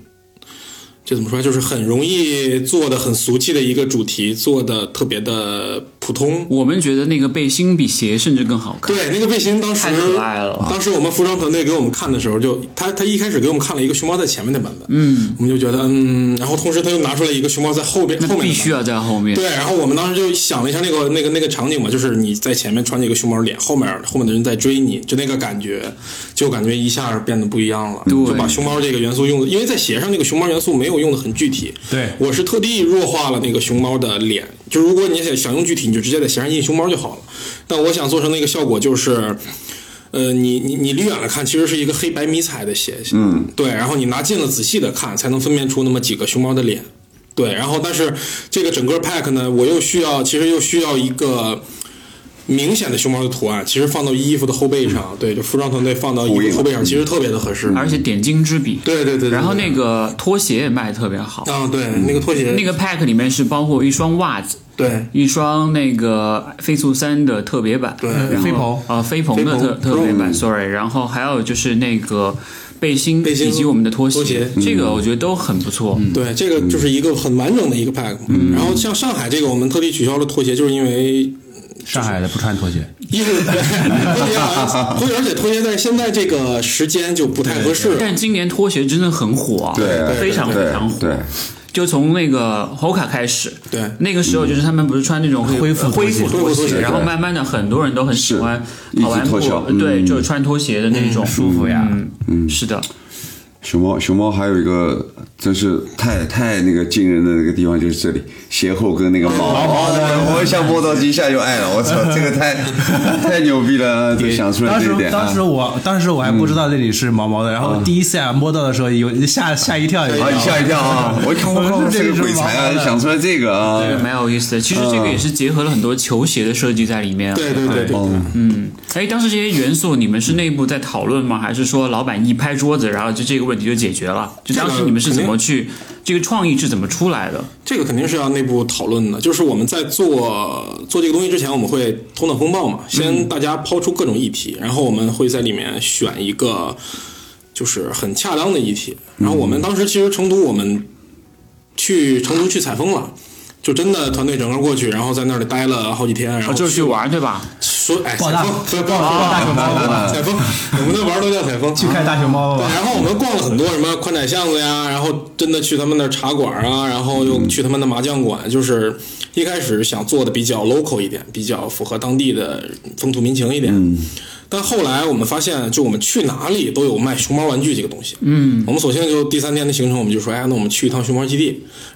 S3: 这怎么说？就是很容易做的很俗气的一个主题，做的特别的普通，
S1: 我们觉得那个背心比鞋甚至更好看。
S3: 对，那个背心当时
S1: 太可爱了
S3: 当时我们服装团队给我们看的时候就，他他一开始给我们看了一个熊猫在前面的版本，嗯，我们就觉得嗯，然后同时他又拿出来一个熊猫在后边，后
S1: 那
S3: 面的
S1: 必须
S3: 版
S1: 要在后面
S3: 本。。对，然后我们当时就想了一下那个那个那个场景嘛，就是你在前面穿着一个熊猫脸，后面后面的人在追你，就那个感觉，就感觉一下变得不一样了，
S1: 对
S3: 就把熊猫这个元素用的，因为在鞋上那个熊猫元素没有用的很具体，
S2: 对
S3: 我是特地弱化了那个熊猫的脸，就如果你想想用具体，你就直接在鞋上印熊猫就好了。但我想做成那个效果就是，呃，你你你离远了看，其实是一个黑白迷彩的鞋，嗯，对，然后你拿近了仔细的看，才能分辨出那么几个熊猫的脸。对，
S1: 嗯
S3: 然后但是这个整个 pack 呢，我又需要，其实又需要一个明显的熊猫的图案，其实放到衣服的后背
S1: 嗯
S3: 上，对，就服装团队放到衣服后背上，其实特别的合适。
S1: 而且点睛之笔。
S3: 对对对对
S1: 然后那个拖鞋也卖得特别好，
S3: 啊，对，那个拖鞋，
S1: 那个 pack 里面是包括一双袜子，
S3: 对，
S1: 一双那个飞速三的特别版，
S3: 对
S1: 然后
S2: 飞鹏
S1: 呃飞鹏的特
S3: 飞鹏
S1: 特别版，sorry，然后还有就是那个背心，
S3: 背心
S1: 以及我们的拖
S3: 拖鞋嗯
S1: 这个我觉得都很不错。
S3: 对，这个就是一个很完整的一个 pack 嘛。
S1: 嗯
S3: 然后像上海这个，我们特地取消了拖鞋，就是因为
S2: 上海的不穿拖鞋，
S3: 一是拖鞋好像拖鞋，而且拖鞋在现在这个时间就不太合适了。
S1: 但今年拖鞋真的很火啊，
S4: 对，
S1: 非常非常火。
S4: 对，
S1: 就从那个 Hoka 开始，
S3: 对
S1: 那个时候就是他们不是穿那种
S2: 恢复拖
S1: 恢
S2: 鞋
S1: 复
S3: 恢
S1: 拖
S3: 复拖
S1: 鞋，
S3: 鞋
S1: 然后慢慢的很多人都很喜欢
S4: 是
S1: 跑完
S4: 一直
S1: 步
S4: 脱销，嗯
S1: 对，就是穿拖鞋的那种
S2: 舒服呀
S1: 嗯，嗯是的，
S4: 熊猫，熊猫还有一个真是太太那个惊人的那个地方，就是这里鞋后跟那个毛毛的，我一下摸到一下就爱了，我操，这个太太牛逼了，就想出来
S2: 当
S4: 这
S2: 时
S4: 一点
S2: 当
S4: 啊
S2: 时！我当时我还不知道这里是毛毛的，然后第一次啊摸到的时候有吓吓一跳，
S4: 啊，一吓一跳啊！我一看，我靠，这个鬼才啊，想出来这个啊！
S1: 这个蛮有意思的。其实这个也是结合了很多球鞋的设计在里面。
S3: 对对对对，
S1: 哎，当时这些元素你们是内部在讨论吗？还是说老板一拍桌子，然后就这个问题就解决了？就当时你们是怎么去，这个创意是怎么出来的？
S3: 这个肯定是要内部讨论的。就是我们在做做这个东西之前，我们会头脑风暴嘛，先大家抛出各种议题，然后我们会在里面选一个就是很恰当的议题。然后我们当时其实成都，我们去成都去采风了。就真的团队整个过去，然后在那里待了好几天，然后
S1: 哦，就是去玩对吧？
S3: 说哎，
S2: 报
S3: 采
S2: 大
S3: 风，对报大
S2: 大熊猫
S3: 吧，采风，我们那玩儿都叫采风，
S2: 去看大熊
S1: 哦
S2: 猫
S3: 对，
S2: 吧。
S3: 然后我们逛了很多什么宽窄巷子呀，然后真的去他们那儿茶馆啊，然后又去他们的麻将
S1: 嗯
S3: 馆，就是一开始想做的比较 local 一点，比较符合当地的风土民情一点。
S1: 嗯
S3: 但后来我们发现，就我们去哪里都有卖熊猫玩具这个东西。嗯，我们索性就第三天的行程，我们就说，哎，那我们去一趟熊猫基地。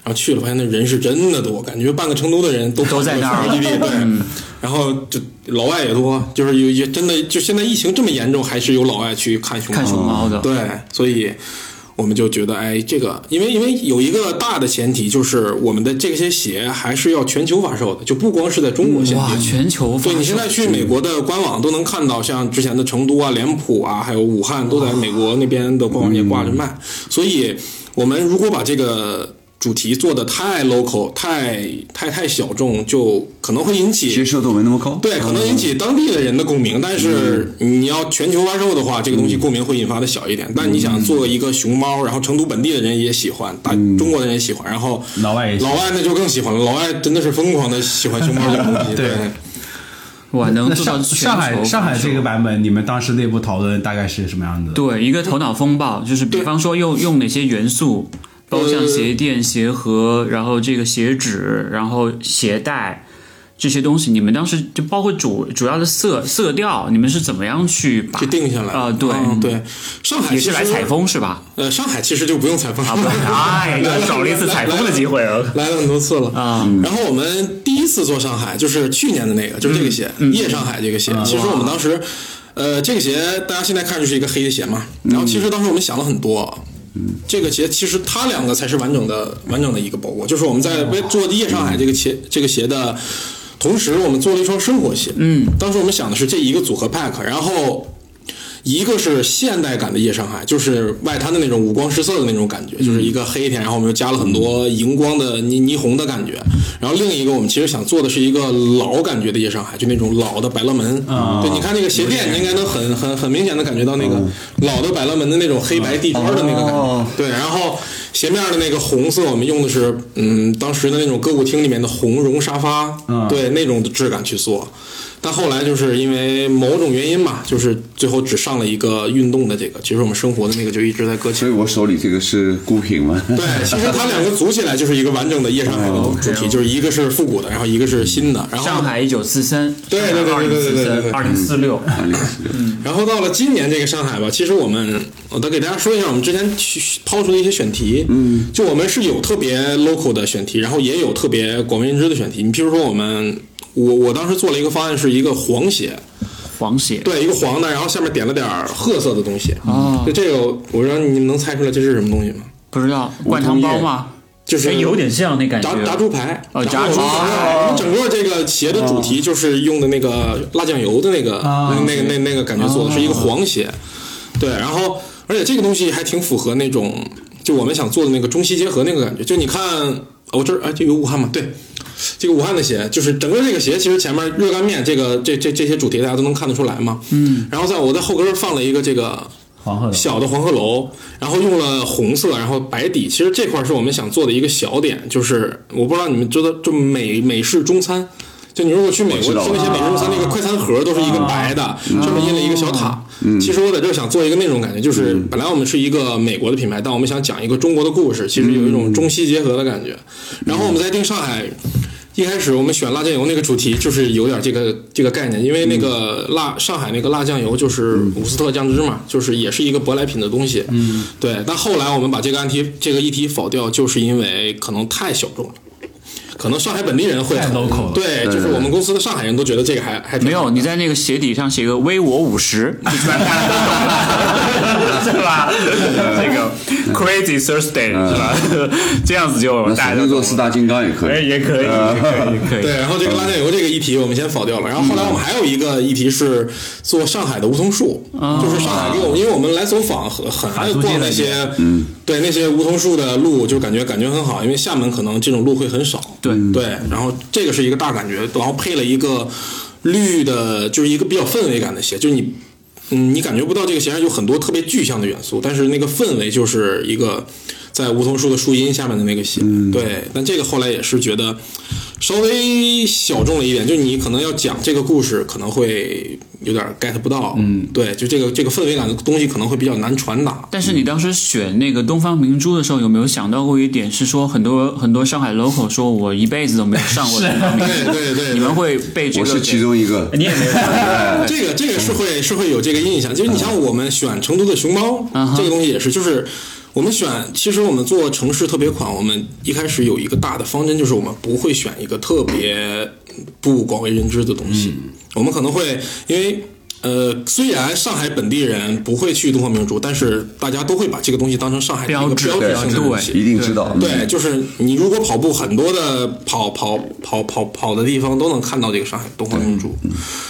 S3: 然后去了，发现那人是真的多，感觉半个成都的人都
S1: 都在那儿
S3: 熊猫基地。对，嗯然后就老外也多，就是有也真的，就现在疫情这么严重，还是有老外去看熊猫。
S1: 看熊猫的。
S3: 对，所以我们就觉得，哎，这个，因为因为有一个大的前提，就是我们的这些鞋还是要全球发售的，就不光是在中国限
S1: 哇，
S3: 定。
S1: 全球发
S3: 对你现在
S1: 售
S3: 去美国的官网都能看到，像之前的成都啊、脸谱啊，还有武汉都在美国那边的官网也
S2: 嗯
S3: 挂着卖。所以，我们如果把这个主题做的太 local、太太太小众，就可能会引起
S4: 接受度没那么高，
S3: 对，可能引
S2: 嗯
S3: 起当地的人的共鸣，但是你要全球发售的话，这个东西
S2: 嗯
S3: 共鸣会引发的小一点。但你想做一个熊猫，然后成都本地的人也喜欢，大中国的人也喜欢，然后
S2: 嗯老外也喜
S3: 老
S2: 欢
S3: 外那就更喜欢了，老外真的是疯狂的喜欢熊猫这个东西。
S2: 对
S3: 对，
S5: 哇，能
S2: 那
S5: 做到
S2: 上
S5: 全球
S2: 上海上海
S5: 反
S2: 这
S5: 售
S2: 个版本，你们当时内部讨论大概是什么样子的？
S5: 对一个头脑风暴，就是比方说用用哪些元素，包括
S3: 呃
S5: 像鞋垫、鞋盒，然后这个鞋纸，然后鞋带这些东西，你们当时就包括主主要的色色调，你们是怎么样去把
S3: 给定下来
S5: 啊、对，
S3: 嗯对，上海
S5: 也
S3: 其
S5: 是
S3: 实
S5: 来采，风是吧？
S3: 呃，上海其实就不用采风
S5: 啊，不， 哎，又少了一次采风的机会了。
S3: 来了很多次了嗯
S5: 啊
S3: 然后我们第一次做上海就是去年的那个，就是这个鞋，
S5: 嗯
S3: 夜上海这个鞋。其实我们当时，呃，这个鞋大家现在看就是一个黑的鞋嘛，
S5: 嗯
S3: 然后其实当时我们想了很多。这个鞋其实它两个才是完整的完整的一个包裹，就是我们在为做夜上海这个
S5: 嗯
S3: 鞋这个鞋的同时，我们做了一双生活鞋。嗯，当时我们想的是这一个组合 pack，然后一个是现代感的夜上海，就是外滩的那种五光十色的那种感觉，就是一个黑天，然后我们又加了很多荧光的霓霓虹的感觉。然后另一个，我们其实想做的是一个老感觉的夜上海，就那种老的百乐门。对，你看那个鞋店，你应该能很很很明显的感觉到那个老的百乐门的那种黑白地砖的那个感觉。
S4: 哦
S3: 对，然后鞋面的那个红色，我们用的是嗯当时的那种歌舞厅里面的红绒沙发，
S2: 嗯
S3: 对那种的质感去做。但后来就是因为某种原因吧，就是最后只上了一个运动的这个，其实我们生活的那个就一直在搁
S4: 所
S3: 浅
S4: 以。我手里这个是孤品嘛。
S3: 对，其实哦它两个组起来就是一个完整的夜上海的主题，就是一个是复古的，然后一个是新的。然后
S5: 上海一九四三，
S3: 对对对对对对对对
S5: 二零四六，
S4: 嗯
S3: 然后到了今年这个上海吧，其实我们我再给大家说一下，我们之前去抛出的一些选题，嗯，就我们是有特别 local 的选题，然后也有特别广为人知的选题。你譬如说我们，我我当时做了一个方案，是一个黄鞋，
S5: 黄血，
S3: 对，一个黄的，然后下面点了点儿褐色的东西。啊，就这个，我让你们能猜出来这是什么东西吗？
S5: 不知道灌汤包吗？
S3: 就是
S5: 哎有点像那感觉
S3: 炸，炸猪排哦
S5: 哦
S3: 然后
S5: 炸猪
S3: 我们
S5: 排
S3: 我们整个这个鞋的主题就是用的那个辣酱油的那个、
S5: 哦
S3: 那个那那个感觉做的是一个黄鞋，对，然后而且这个东西还挺符合那种就我们想做的那个中西结合那个感觉，就你看我、这儿哎这有武汉嘛，对。这个武汉的鞋，就是整个这个鞋，其实前面热干面这个这这这些主题大家都能看得出来嘛。嗯。然后在我在后跟儿放了一个这个
S2: 黄鹤楼
S3: 小的黄鹤楼，然后用了红色，然后白底。其实这块是我们想做的一个小点，就是我不知道你们知道，就美美式中餐，就你如果去美国吃
S4: 我知道
S3: 那些美式中餐，那个快餐盒都是一个白的，上面印了一个小塔。其实我在这儿想做一个那种感觉，就是本来我们是一个美国的品牌，但我们想讲一个中国的故事，其实有一种中西结合的感觉。然后我们在定上海。一开始我们选辣酱油那个主题，就是有点这个这个概念，因为那个辣、上海那个辣酱油就是伍斯特酱汁嘛，就是也是一个舶来品的东西。嗯，对。但后来我们把这个案题这个议题否掉，就是因为可能太小众了，可能上海本地人会
S2: 太 local 了
S3: 对，就是我们公司的上海人都觉得这个还还挺
S5: 没有，你在那个鞋底上写个“微我五十”， 就全看得懂了，是吧？这个 Crazy Thursday 是吧？ 这样子就
S4: 嗯那
S5: 大家
S4: 索性
S5: 都
S4: 做四大金刚也可
S5: 哎
S4: 以。
S5: 也可以，也可以，也可以。
S3: 对，然后这个辣酱油这个议题我们先否掉了，然后后来我们还有一个议题是做上海的梧桐树，就是上海给我，因为我们来走访很很爱逛那些，嗯，对那些梧桐树的路，就感觉感觉很好，因为厦门可能这种路会很少，
S5: 对
S3: 对，然后这个是一个大感觉，然后配了一个绿的，就是一个比较氛围感的鞋，就是你。嗯，你感觉不到这个鞋上有很多特别具象的元素，但是那个氛围就是一个在梧桐树的树荫下面的那个鞋。对，但这个后来也是觉得稍微小众了一点，就你可能要讲这个故事，可能会有点 get 不到。嗯，对，就这个这个氛围感的东西可能会比较难传达。
S5: 但是你当时选那个东方明珠的时候，有没有想到过一点是说，很多很多上海 local 说我一辈子都没有上过东方明
S3: 对
S5: 珠，
S3: 对对，
S5: 你们会被这
S4: 我
S5: 个
S4: 是
S5: 给
S4: 其中一个，
S5: 你也没有上过，
S3: 这个这个是会是会有这个印象，就是你像我们选成都的熊猫
S5: 嗯哼，
S3: 这个东西也是，就是我们选，其实我们做城市特别款，我们一开始有一个大的方针，就是我们不会选一个特别不广为人知的东西，我们可能会因为。呃，虽然上海本地人不会去东方明珠，但是大家都会把这个东西当成上海的一个
S5: 标志
S3: 标志性的东西。
S4: 一定知道。
S3: 对，就是你如果跑步，很多的跑跑跑跑跑的地方都能看到这个上海东方明珠。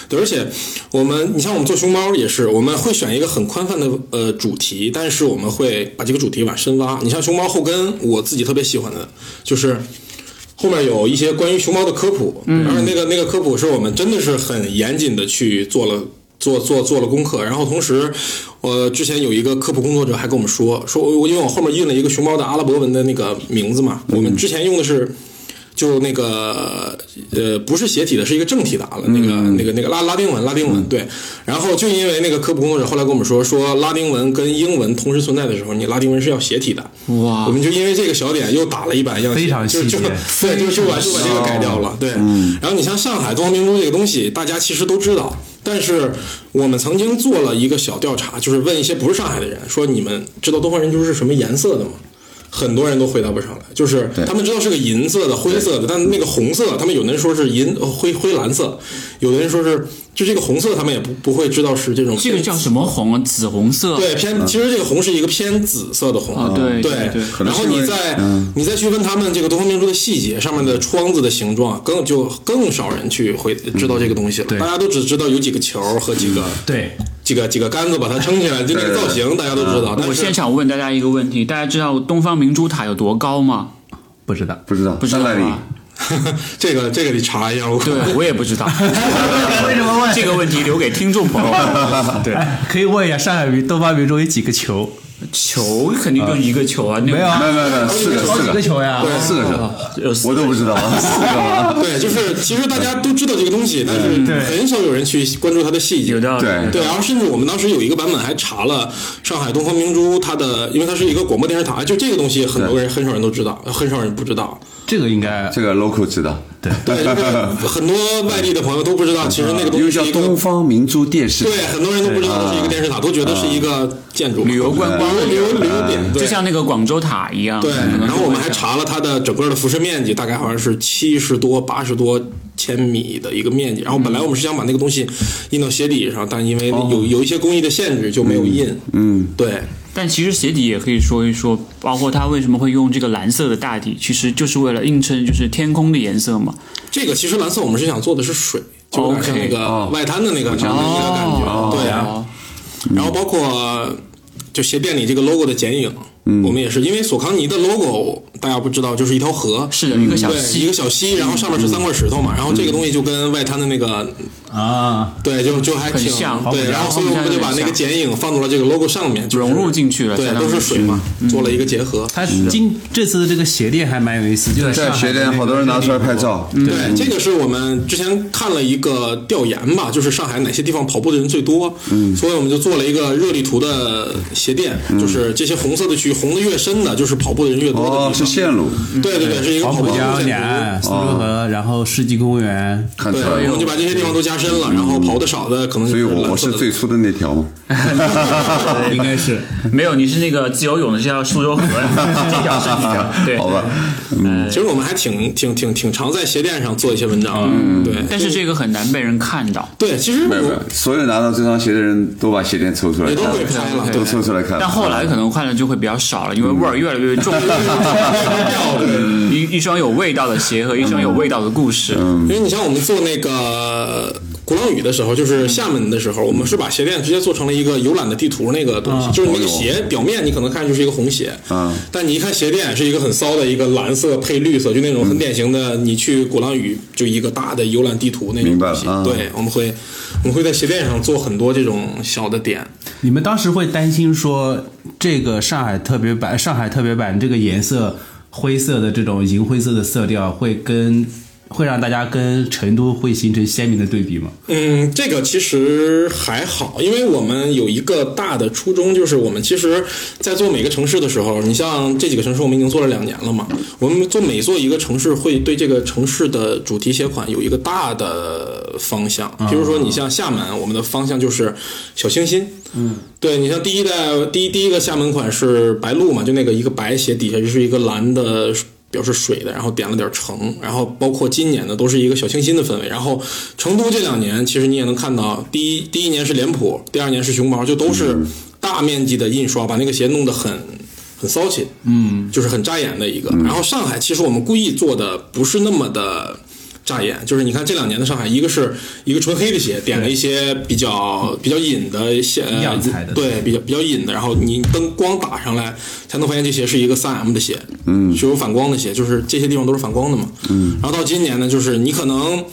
S3: 对，而且我们，你像我们做熊猫也是，我们会选一个很宽泛的呃主题，但是我们会把这个主题往深挖。你像熊猫后跟，我自己特别喜欢的就是。后面有一些关于熊猫的科普，嗯，而且那个那个科普是我们真的是很严谨的去做了做做做了功课，然后同时，呃，之前有一个科普工作者还跟我们说说，我因为我后面印了一个熊猫的阿拉伯文的那个名字嘛，我们之前用的是。就那个呃，不是斜体的，是一个正体的了，那个、那个那个拉拉丁文，拉丁文对。然后就因为那个科普工作者后来跟我们说，说拉丁文跟英文同时存在的时候，你拉丁文是要斜体的。
S5: 哇
S3: 我们就因为这个小点又打了一版样，
S2: 非常
S3: 就
S2: 细
S3: 就
S2: 节
S3: 对，就就把就把这个改掉了。对，
S2: 嗯
S3: 然后你像上海东方明珠这个东西，大家其实都知道，但是我们曾经做了一个小调查，就是问一些不是上海的人，说你们知道东方明珠是什么颜色的吗？很多人都回答不上来，就是他们知道是个银色的、灰色的，但那个红色，他们有的人说是银呃灰灰蓝色，有的人说是就这个红色，他们也不不会知道是这种
S5: 这个叫什么红啊？紫红色。
S3: 对，偏其实这个红是一个偏紫色的红，
S5: 啊对对对
S4: 可能
S3: 然后
S4: 是因
S3: 你
S4: 为
S3: 再、
S4: 嗯
S3: 你再去问他们这个东方明珠的细节，上面的窗子的形状，更就更少人去会
S5: 嗯
S3: 知道这个东西了。
S2: 对
S3: 大家都只知道有几个球儿和几个、
S2: 对，
S3: 几个几个杆子把它撑起来，就那个
S4: 对对
S3: 造型大家都知道。但
S5: 啊我
S3: 是
S5: 现场问大家一个问题：大家知道东方明珠塔有多高吗？
S2: 不知道。
S4: 不知道
S5: 不知道
S4: 在哪里，
S5: 啊
S3: 这个这个得查一下，我
S5: 对我也不知道。
S2: 为什么问
S5: 这个问题留给听众 朋友们。对，
S2: 哎，可以问一下上海明东方明珠有几个球？
S5: 球肯定就一个球啊，没
S2: 没有啊
S4: 没有没有没有，四个
S2: 好
S4: 四
S2: 几
S4: 个
S2: 个球呀！
S4: 四个
S5: 有
S4: 球，我都不知道，啊 四个吗？
S3: 对，就是其实大家都知道这个东西，但是很少有人去关注它的细节。
S5: 嗯有道理。
S4: 对
S3: 对，然后甚至我们当时有一个版本还查了上海东方明珠它的，因为它是一个广播电视台，就这个东西很多人很少人都知道，很少人不知道。
S2: 这个应该
S4: 这个 local 知道，对，
S3: 对， 就是很多外地的朋友都不知道，其实那个东
S4: 因
S3: 西
S4: 为
S3: 是
S4: 叫
S3: 一
S4: 东
S3: 个。
S4: 方明珠电视台，
S3: 对，很多人都不知道它是一个电视塔，都觉得是一个建筑
S5: 旅游观光的
S3: 旅游旅游点，对
S5: 就像那个广州塔一样。
S3: 对。
S1: 嗯
S5: 可能
S3: 然后我们
S5: 就
S3: 还
S5: 会
S3: 查了它的整个的辐射面积，大概好像是七十多、八十多千米的一个面积。然后本来我们是想把那个东西印到鞋底上，但因为有有一些工艺的限制，就没有印。嗯，对。
S5: 但其实鞋底也可以说一说，包括它为什么会用这个蓝色的大底，其实就是为了映衬就是天空的颜色嘛。
S3: 这个其实蓝色我们是想做的是水，就有点像那
S5: OK，哦
S3: 个外滩的那个那个感觉，对啊。然后包括就鞋店里这个 logo 的剪影，
S5: 嗯
S3: 我们也是因为索康尼的 logo 大家不知道，就是一条河，
S5: 是的，一个小
S3: 对，一
S5: 溪嗯
S3: 个小溪，然后上面是三块石头嘛，然后这个东西就跟外滩的那个
S2: 啊，
S3: 对，就就还挺
S5: 很像
S3: 对，然后所以我们就把那个剪影放到了这个 logo 上面，就是
S5: 融入进去了，
S3: 对
S5: 相，当
S3: 都
S5: 于嗯
S3: 是水嘛，做了一个结合。
S2: 他今这次的这个鞋店还蛮有意思，就在
S4: 在
S2: 上海
S4: 学
S2: 的那
S4: 店
S2: 个
S4: 好多人拿出来拍照，
S3: 对，嗯这个是我们之前看了一个调研吧，就是上海哪些地方跑步的人最多，嗯，所以我们就做了一个热力图的鞋垫，
S4: 嗯
S3: 就是这些红色的区，域，红的越深的，就是跑步的人越多的地
S4: 哦
S3: 方。，
S4: 是线路，
S3: 对对对，是一个
S2: 黄
S3: 跑步
S2: 浦
S3: 路
S2: 江
S3: 线
S2: 两
S3: 图。
S2: 岸、苏州河，然后世纪公园。
S4: 看出
S3: 对，
S4: 来
S3: 我们就
S4: 了，
S3: 把这些地方都加深了，然后跑得少的可能就
S4: 嗯所以我我
S3: 蓝色
S4: 是
S3: 的
S4: 最粗的那条 嘛，
S2: 应该是
S5: 没有，你是那个自由泳的，是叫苏州河，这条是你的，对。
S4: 好吧，
S3: 其实我们还挺挺挺挺常在鞋垫上做一些文章，嗯，对。
S5: 但是这个很难被人看到，
S3: 对，其实
S4: 没有没
S3: 我
S4: 有，所有拿到这双鞋的人都把鞋垫抽出来
S3: 也都
S4: 看
S3: 给拍了，
S4: 了，都抽出来看了，
S5: 但后来可能看了就会比较少了，因为味儿越来越重。一一双有味道的鞋和一双有味道的故事，
S4: 嗯
S3: 因为你像我们做那个鼓浪屿的时候，就是厦门的时候，我们是把鞋垫直接做成了一个游览的地图那个东
S4: 啊
S3: 西，就是那
S4: 哦
S3: 个鞋表面你可能看就是一个红鞋，
S4: 嗯
S3: 但你一看鞋垫是一个很骚的一个蓝色配绿色，就那种很典型的，你去鼓浪屿就一个大的游览地图那种
S4: 明白
S3: 东
S4: 了
S3: 西。
S4: 嗯
S3: 对，我们会我们会在鞋垫上做很多这种小的点，
S2: 你们当时会担心说这个上海特别版、上海特别版这个颜色灰色的这种银灰色的色调会跟会让大家跟成都会形成鲜明的对比吗？
S3: 嗯，这个其实还好，因为我们有一个大的初衷，就是我们其实，在做每个城市的时候，你像这几个城市，我们已经做了两年了嘛。我们做每做一个城市，会对这个城市的主题鞋款有一个大的方向。比如说，你像厦门，我们的方向就是小清新。嗯，对你像第一代第一第一个厦门款是白鹿嘛，就那个一个白鞋底下就是一个蓝的。表示水的，然后点了点橙，然后包括今年的都是一个小清新的氛围。然后成都这两年，其实你也能看到，第一第一年是脸谱，第二年是熊猫，就都是大面积的印刷，把那个鞋弄得很很骚气，嗯，就是很扎眼的一个。然后上海其实我们故意做的不是那么的。扎眼，就是你看这两年的上海，一个是一个纯黑的鞋，点了一些比较比较引的线，呃
S2: 样材的
S3: 对，比较比较引的，然后你灯光打上来，才能发现这鞋是一个三 M 的鞋，嗯，是有反光的鞋，就是这些地方都是反光的嘛，嗯，然后到今年呢，就是你可能。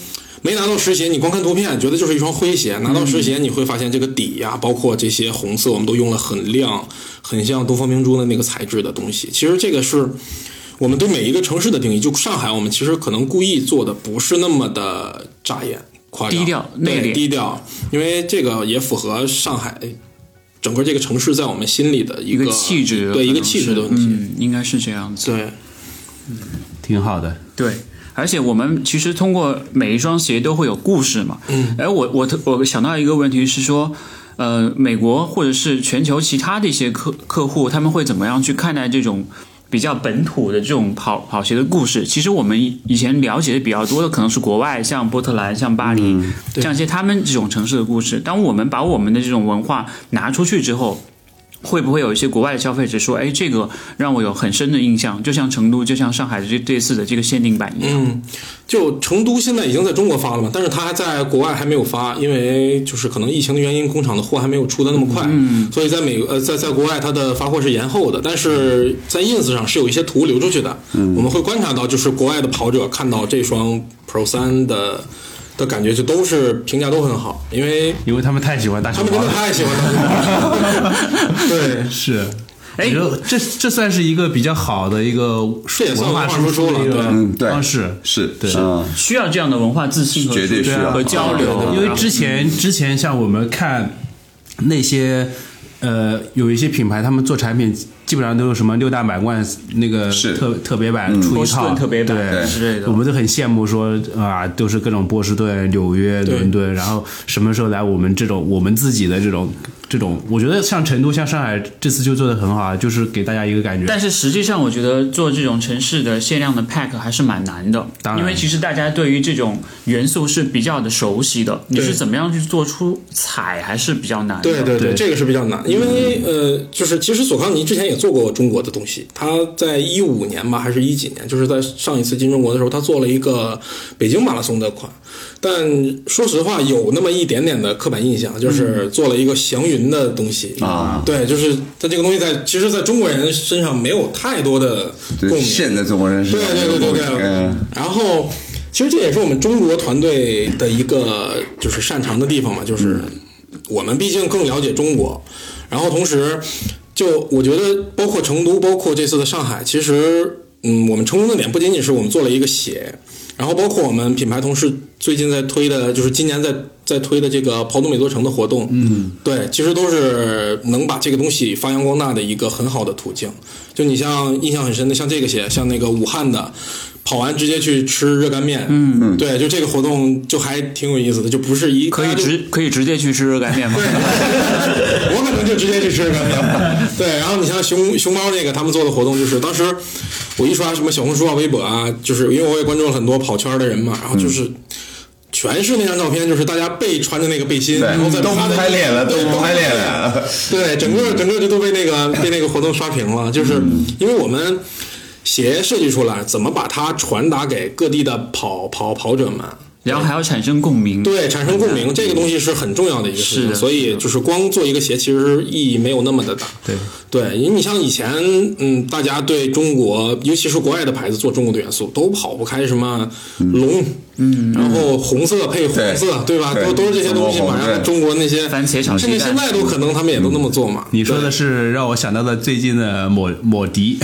S3: 没拿到实鞋，你光看图片觉得就是一双灰鞋；拿到实鞋，你会发现这个底呀、包括这些红色，我们都用了很亮，很像东方明珠的那个材质的东西。其实这个是我们对每一个城市的定义，就上海，我们其实可能故意做的不是那么的扎眼、夸张、
S1: 低调内
S3: 对
S1: 敛
S3: 低调，因为这个也符合上海整个这个城市在我们心里的一
S1: 一
S3: 个
S1: 个气质，
S3: 对一
S1: 可
S3: 个
S1: 能
S3: 气
S1: 是
S3: 质的问题。
S1: 嗯，应该是这样子。
S3: 对，
S2: 挺好的。
S1: 对，而且我们其实通过每一双鞋都会有故事嘛。嗯，哎，我我特我想到一个问题是说，呃，美国或者是全球其他的一些客客户，他们会怎么样去看待这种？比较本土的这种跑跑鞋的故事，其实我们以以前了解的比较多的可能是国外，像波特兰、像巴黎、像一些他们这种城市的故事。当我们把我们的这种文化拿出去之后，会不会有一些国外的消费者说，哎，这个让我有很深的印象，就像成都，就像上海的这这次的这个限定版一样。
S3: 就成都现在已经在中国发了嘛，但是它还在国外还没有发，因为就是可能疫情的原因，工厂的货还没有出的那么快，所以在美呃在在国外它的发货是延后的，但是在 ins 上是有一些图流出去的，我们会观察到，就是国外的跑者看到这双 pro 三的的感觉，就都是评价都很好，因为
S2: 因为他们太喜欢大
S3: 他
S2: 熊
S3: 们真
S2: 猫
S3: 的
S2: 了。
S3: 太喜欢它了， 对。
S2: 是，
S1: 哎
S2: 你说这这算是一个比较好的一个
S3: 这也算
S2: 文化
S3: 文化输
S2: 出
S3: 出了
S2: 的一个
S3: 对
S4: 嗯，对，
S2: 方式。
S4: 是
S2: 对
S4: 啊，
S1: 需要这样的文化自信和
S4: 绝对需要
S1: 和交流，
S2: 因为之前之前像我们看那些呃有一些品牌，他们做产品基本上都有什么六大满贯那个
S4: 是
S2: 特特别版出
S1: 嗯波
S2: 一
S1: 士
S2: 套
S1: 顿特别版
S2: 对
S1: 之类的
S2: 我们都很羡慕说啊，都是各种波士顿、纽约、
S3: 对
S2: 伦敦，然后什么时候来我们这种我们自己的这种这种，我觉得像成都、像上海这次就做的很好，啊，就是给大家一个感觉。
S1: 但是实际上，我觉得做这种城市的限量的 pack 还是蛮难的
S2: 当，然
S1: 因为其实大家对于这种元素是比较的熟悉的，你
S3: 对
S1: 是怎么样去做出彩还是比较难的。
S3: 对对
S2: 对
S3: 对，这个是比较难，因为
S4: 嗯
S3: 呃，就是其实索康尼之前也做过中国的东西，他在一五年吧，还是一几年，就是在上一次进中国的时候，他做了一个北京马拉松的款，但说实话有那么一点点的刻板印象，就是做了一个祥云的东西
S4: 嗯啊
S3: 对，就是它这个东西在其实，在中国人身上没有太多的共
S4: 对，
S3: 鸣，
S4: 现在中国人是
S3: 对对对对对
S4: 嗯。
S3: 然后，其实这也是我们中国团队的一个就是擅长的地方嘛，就是
S4: 嗯
S3: 我们毕竟更了解中国，然后同时，就我觉得包括成都，包括这次的上海，其实嗯，我们成功的点不仅仅是我们做了一个鞋，然后包括我们品牌同事最近在推的，就是今年在在推的这个跑动美多城的活动，嗯，对，其实都是能把这个东西发扬光大的一个很好的途径。就你像印象很深的，像这个鞋，像那个武汉的。跑完直接去吃热干面，嗯嗯，对，就这个活动就还挺有意思的，就不是一
S1: 可以
S3: 大家就
S1: 直可以直接去吃热干面吗？
S3: 我可能就直接去吃个 面。对，然后你像熊熊猫那个他们做的活动，就是当时我一刷什么小红书啊、微博啊，就是因为我也关注了很多跑圈的人嘛，然后就是。
S4: 嗯
S3: 全是那张照片，就是大家背穿着那个背心，然后再
S4: 对，都
S3: 趴
S4: 不
S3: 在
S4: 拍脸了，都
S3: 对
S4: 不拍脸了。
S3: 对，整个整个这都被那个被那个活动刷屏了，就是
S4: 嗯
S3: 因为我们鞋设计出来，怎么把它传达给各地的跑跑跑者们，
S1: 然后还要产生共鸣。
S3: 对，产生共鸣，这个东西是很重要的一个事
S1: 是
S3: 情。
S1: 的
S3: 所以就是光做一个鞋，其实意义没有那么的大。
S2: 对
S3: 对，因为你像以前，嗯，大家对中国，尤其是国外的牌子做中国的元素，都跑不开什么龙，嗯，然后红色配红色，
S4: 对
S3: 对吧？
S4: 对
S3: 都都是这些东西
S4: 中
S3: 嘛。
S4: 国红
S3: 然后
S4: 对
S3: 中国那些
S1: 番茄炒鸡蛋
S3: 甚至现在都可能他们也都那么做嘛。
S2: 嗯你说的是让我想到了最近的抹抹迪，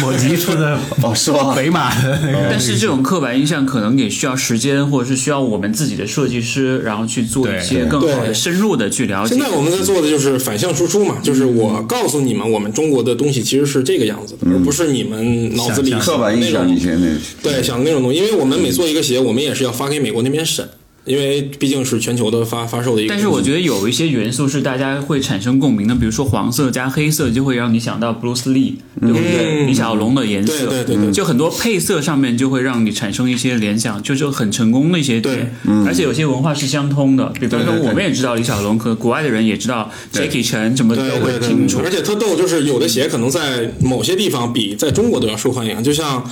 S2: 抹迪出的
S4: 哦，是吧？
S2: 北马的那个，
S1: 但是这种刻板印象可能也需要时间，或者是需要我们自己的设计师，然后去做一些更好的、
S3: 对
S1: 深入的去了解
S3: 现。在我们在做的就是反向输出嘛，就是我告诉你们，我们中国的东西其实是这个样子的，而不是你们脑子里
S2: 想象
S4: 刻板印
S3: 那
S4: 象
S3: 种
S4: 以前那
S3: 对，想那种东西，因为我们
S1: 嗯
S3: 每做一个鞋，我们也是要发给美国那边审，因为毕竟是全球的发发售的一个。
S1: 但是我觉得有一些元素是大家会产生共鸣的，比如说黄色加黑色就会让你想到 Bruce Lee，对不对？李小龙的颜色，
S3: 嗯
S1: 嗯
S3: 对对对对
S1: 就很多配色上面就会让你产生一些联想，就是很成功的一些点。嗯
S3: 嗯
S1: 而且有些文化是相通的，比方说
S4: 对对
S1: 我们也知道李小龙，可国外的人也知道 Jackie Chan 什么都
S3: 对对
S1: 会
S3: 对
S1: 清楚
S3: 对，而。且特逗，就是有的鞋可能在某些地方比在中国都要受欢迎，就像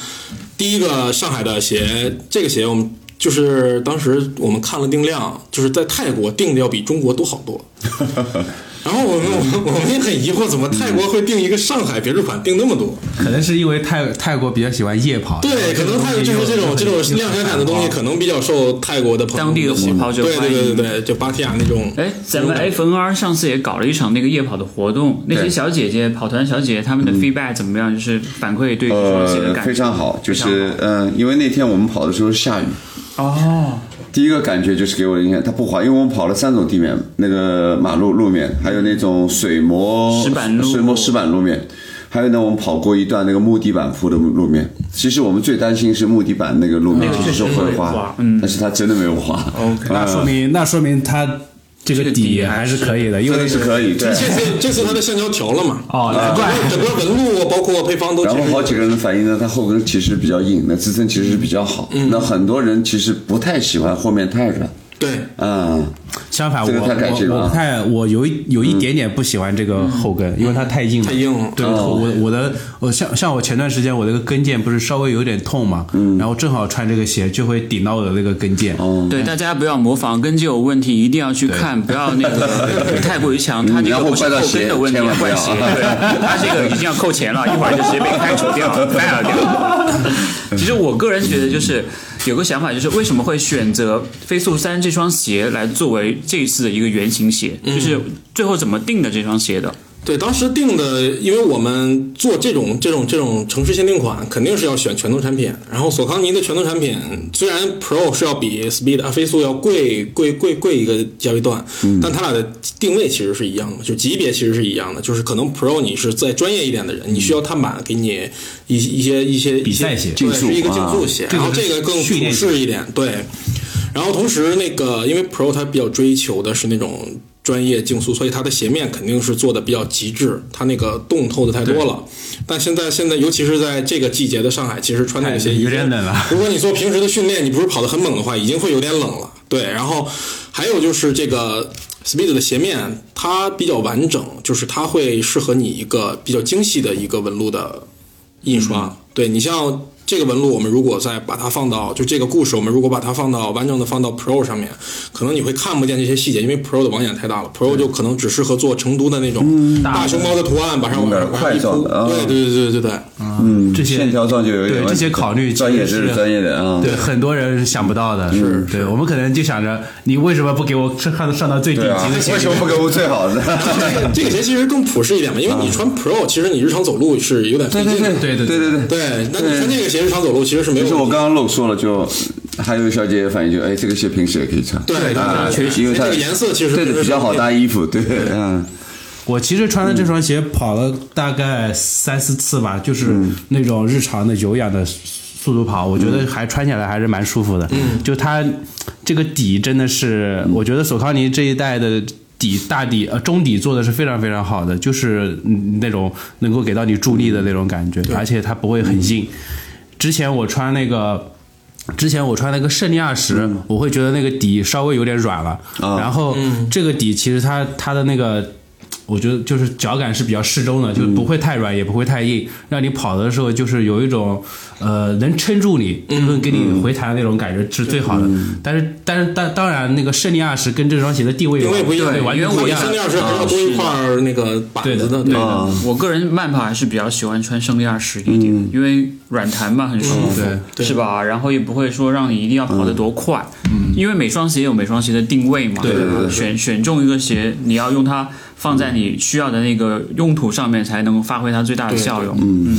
S3: 第一个上海的鞋，这个鞋我们。 就是当时我们看了定量，就是在泰国定的要比中国多好多，然后我们我们我们也很疑惑，怎么泰国会定一个上海别墅款定那么多？
S2: 可能是因为泰泰国比较喜欢夜跑，
S3: 对，可能泰国就是这种这种量产产
S2: 啊
S3: 的东西，可能比较受泰国的朋友
S1: 当地的
S3: 喜欢
S1: 虎跑者
S3: 对对
S1: 欢
S3: 对
S1: 迎
S3: 对对，就芭提雅那种。
S1: 哎，咱们 FNR 上次也搞了一场那个夜跑的活动，那些小姐姐、跑团小姐姐她们的 feedback 怎么样？就是反馈对这双鞋的
S4: 嗯呃
S1: 感，觉
S4: 非常好，就
S1: 非
S4: 是
S1: 常好
S4: 嗯、因为那天我们跑的时候是下雨。
S1: 哦，
S4: 第一个感觉就是给我的印象，它不滑，因为我们跑了三种地面，那个马路路面，还有那种水磨
S1: 石板路
S4: 水磨石板路面，还有呢，我们跑过一段那个木地板铺的路面。其实我们最担心是木地板那个路
S1: 那
S4: 面
S1: 个
S4: 其实
S1: 确实
S4: 会
S1: 会
S4: 滑
S1: 滑，嗯
S4: 但是它真的没有滑。OK，呃
S2: 那说明那说明他这个
S1: 这个
S2: 底
S1: 底
S2: 还是可以的，因
S4: 真
S2: 为
S4: 的是可以，对。
S3: 这次这次它的橡胶调了嘛？
S2: 哦，难怪
S3: 整个纹路啊包括配方都
S4: 然
S3: 其
S4: 后
S3: 实
S4: 好几个人反映呢，它后跟其实比较硬，那支撑其实是比较好。
S1: 嗯
S4: 那很多人其实不太喜欢后面太软，
S3: 对。
S4: 嗯，
S2: 相反，我
S4: 这个太感谢
S2: 我
S4: 了嗯啊
S2: 我不太，我有一有一点点不喜欢这个后跟，因为它嗯太硬了。
S3: 太硬了
S2: 对，
S4: 哦
S2: 我我的我像像我前段时间我那个跟腱不是稍微有点痛嘛，
S4: 嗯
S2: 然后正好穿这个鞋就会顶到我的那个跟腱。
S4: 哦
S1: 对，大家不要模仿，跟就有问题一定要去看，不要那个太过于强，他那
S4: 嗯然
S1: 个
S4: 后
S1: 不是
S4: 怪到
S1: 后跟
S4: 鞋
S1: 的问题，
S4: 千万不
S1: 怪
S4: 要
S1: 鞋，对，他这个已经要扣钱了，一会儿就直接被开除掉，fire 掉。其实我个人觉得就是有个想法，就是为什么会选择飞速三这双鞋来作为这一次的一个原型鞋，
S4: 嗯
S1: 就是最后怎么定的这双鞋的？
S3: 对，当时定的，因为我们做这种这种这种城市限定款，肯定是要选传统产品。然后索康尼的传统产品虽然 Pro 是要比 Speed 啊飞速要贵贵贵贵一个价位段，但它俩的定位其实是一样的，就级别其实是一样的。就是可能 Pro 你是在专业一点的人，你需要碳板给你一一些一些
S2: 比赛鞋
S3: 对，
S4: 竞速
S3: 是一个竞
S4: 啊
S3: 速鞋，然后这个更
S2: 训
S3: 普
S2: 练
S3: 适一点，对。然后同时那个，因为 Pro 它比较追求的是那种专业竞速，所以它的鞋面肯定是做的比较极致，它那个洞透的太多了。但现在现在，尤其是在这个季节的上海，其实穿那个鞋
S2: 哎
S3: 已经
S2: 有点冷了
S3: 如果你做平时的训练，你不是跑得很猛的话，已经会有点冷了。对，然后还有就是这个 Speed 的鞋面，它比较完整，就是它会适合你一个比较精细的一个纹路的印刷。
S4: 嗯
S3: 对你像这个纹路，我们如果再把它放到就这个故事，我们如果把它放到完整的放到 Pro 上面，可能你会看不见这些细节，因为 Pro 的网眼太大了，Pro 就可能只适合做成都的那
S4: 嗯
S3: 种大熊猫的图案，把上往上往上一
S4: 块状
S3: 铺。
S4: 的啊
S3: 对对对对对对。
S4: 嗯，
S2: 这些
S4: 线条上就有一点
S2: 对
S4: 问题
S2: 这些考虑
S4: 专业
S2: 其实
S4: 这
S2: 是
S4: 是专业的啊，嗯
S2: 对，很多人是想不到的，是对我们可能就想着你为什么不给我上上到最顶
S4: 对啊，
S2: 级的
S4: 为
S2: 鞋
S4: 什？么不给我最好的？
S3: 这个这个鞋其实更普适一点嘛，因为你穿 Pro，其实你日常走路是有点费劲的。
S2: 对对
S4: 对对对。
S3: 对，那你穿这个鞋日常走路其实是没有
S4: 其
S3: 问
S4: 实
S3: 题的。
S4: 我刚刚漏说了，就还有小姐姐反映就，哎，这个鞋平时也可以穿，
S3: 对对
S4: 啊
S3: 对对
S4: 因为它
S3: 这个颜色其实
S4: 对的比较好搭衣服，对，嗯，
S2: 我其实穿了这双鞋跑了大概三四次吧，就是
S4: 嗯
S2: 那种日常的有氧的速度跑，我觉得还穿下来还是蛮舒服的。嗯，就它这个底真的是，
S4: 嗯
S2: 我觉得索康尼这一代的。底大底呃中底做的是非常非常好的，就是嗯那种能够给到你助力的那种感觉，而且它不会很硬。
S4: 嗯
S2: 之前我穿那个，之前我穿那个胜利二十，我会觉得那个底稍微有点软了。
S4: 啊
S2: 然后这个底其实它它的那个，我觉得就是脚感是比较适中的，就是不会太软，也不会太硬，让你跑的时候就是有一种呃能撑住你，就是给你回弹的那种感觉是最好的。但是但是当当然那个胜利二十跟这双鞋的定位
S3: 定位不一样
S2: 对完全
S1: 因为
S2: 不
S1: 我
S2: 一
S3: 比
S2: 样。啊
S3: 三六二十还是要多一块儿那个板
S2: 对
S3: 子
S2: 的，
S3: 的，
S2: 对
S3: 对
S2: 的，
S1: 我个人慢跑还是比较喜欢穿胜利二十一点，因为软弹嘛，很舒服，
S2: 嗯
S3: 对
S1: 是吧？然后也不会说让你一定要跑得多快，因为每双鞋有每双鞋的定位嘛，
S2: 嗯对对
S1: 吧
S2: 对
S1: 选选中一个鞋，你要用它放在你需要的那个用途上面，才能发挥它最大的效用。嗯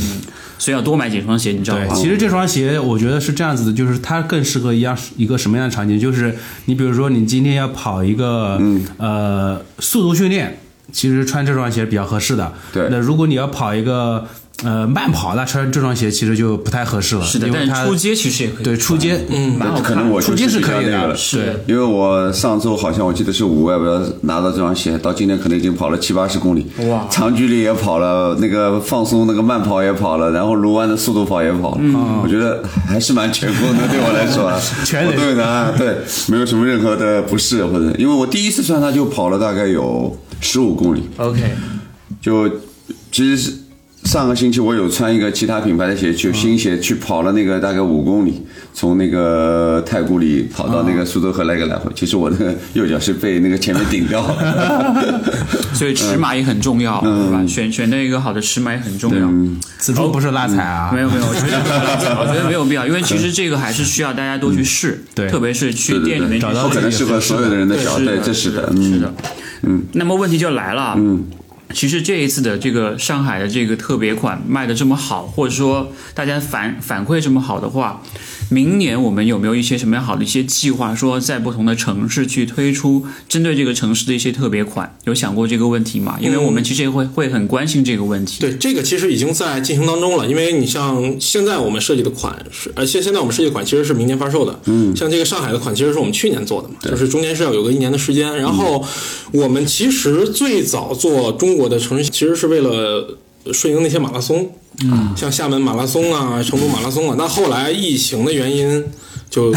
S1: 所以要多买几双鞋，你知道
S2: 对，
S1: 吧？
S2: 其实这双鞋我觉得是这样子的，就是它更适合一样一个什么样的场景？就是你比如说你今天要跑一个、呃速度训练，其实穿这双鞋比较合适的。
S4: 对
S2: 那如果你要跑一个呃慢跑，那穿这双鞋其实就不太合适了，
S1: 是的，
S2: 因为
S1: 但
S2: 它
S1: 是出街其实也可以，
S2: 对出街，嗯，
S1: 蛮好
S4: 可
S1: 看
S4: 能
S1: 的。
S4: 我
S2: 出
S4: 就
S2: 街
S4: 是
S2: 是
S4: 比较
S2: 可以
S4: 那个
S2: 的
S4: 了，
S1: 是的
S4: 因为我上周好像我记得是五外表拿到这双鞋，到今天可能已经跑了七八十公里，
S1: 哇
S4: 长距离也跑了，那个放松那个慢跑也跑了，然后卢湾的速度跑也跑了，我觉得还是蛮全功的，对我来说啊，
S2: 嗯 全能
S4: 我对的啊，对，没有什么任何的不适或者，因为我第一次穿它就跑了大概有十五公里，
S1: OK，
S4: 就其实是上个星期我有穿一个其他品牌的鞋，就新鞋去跑了那个大概五公里，从那个太古里跑到那个苏州河来一个来回。其实我那个右脚是被那个前面顶掉了。
S1: 所以尺码也很重要，对吧？选选对一个好的尺码也很重要。
S2: 此处不是拉踩啊，
S1: 没有没 有，我觉得我觉得没有必要，因为其实这个还是需要大家多去试，
S2: 对
S1: 特别是去店里面去
S2: 找到
S1: 试
S4: 可能适合所有的人的脚，
S1: 是的
S4: 对，这是的，
S1: 是
S4: 嗯，
S1: 的，嗯。那么问题就来了，嗯，其实这一次的这个上海的这个特别款卖的这么好，或者说大家反反馈这么好的话，明年我们有没有一些什么样好的一些计划，说在不同的城市去推出针对这个城市的一些特别款？有想过这个问题吗？因为我们其实也会会很关心这个问题。
S3: 嗯对，这个其实已经在进行当中了，因为你像现在我们设计的款是，呃，现现在我们设计的款其实是明年发售的，嗯，像这个上海的款其实是我们去年做的嘛，就是中间是要有个一年的时间。然后我们其实最早做中国的城市，其实是为了顺应那些马拉松，嗯，像厦门马拉松啊、成都马拉松啊。那后来疫情的原因就，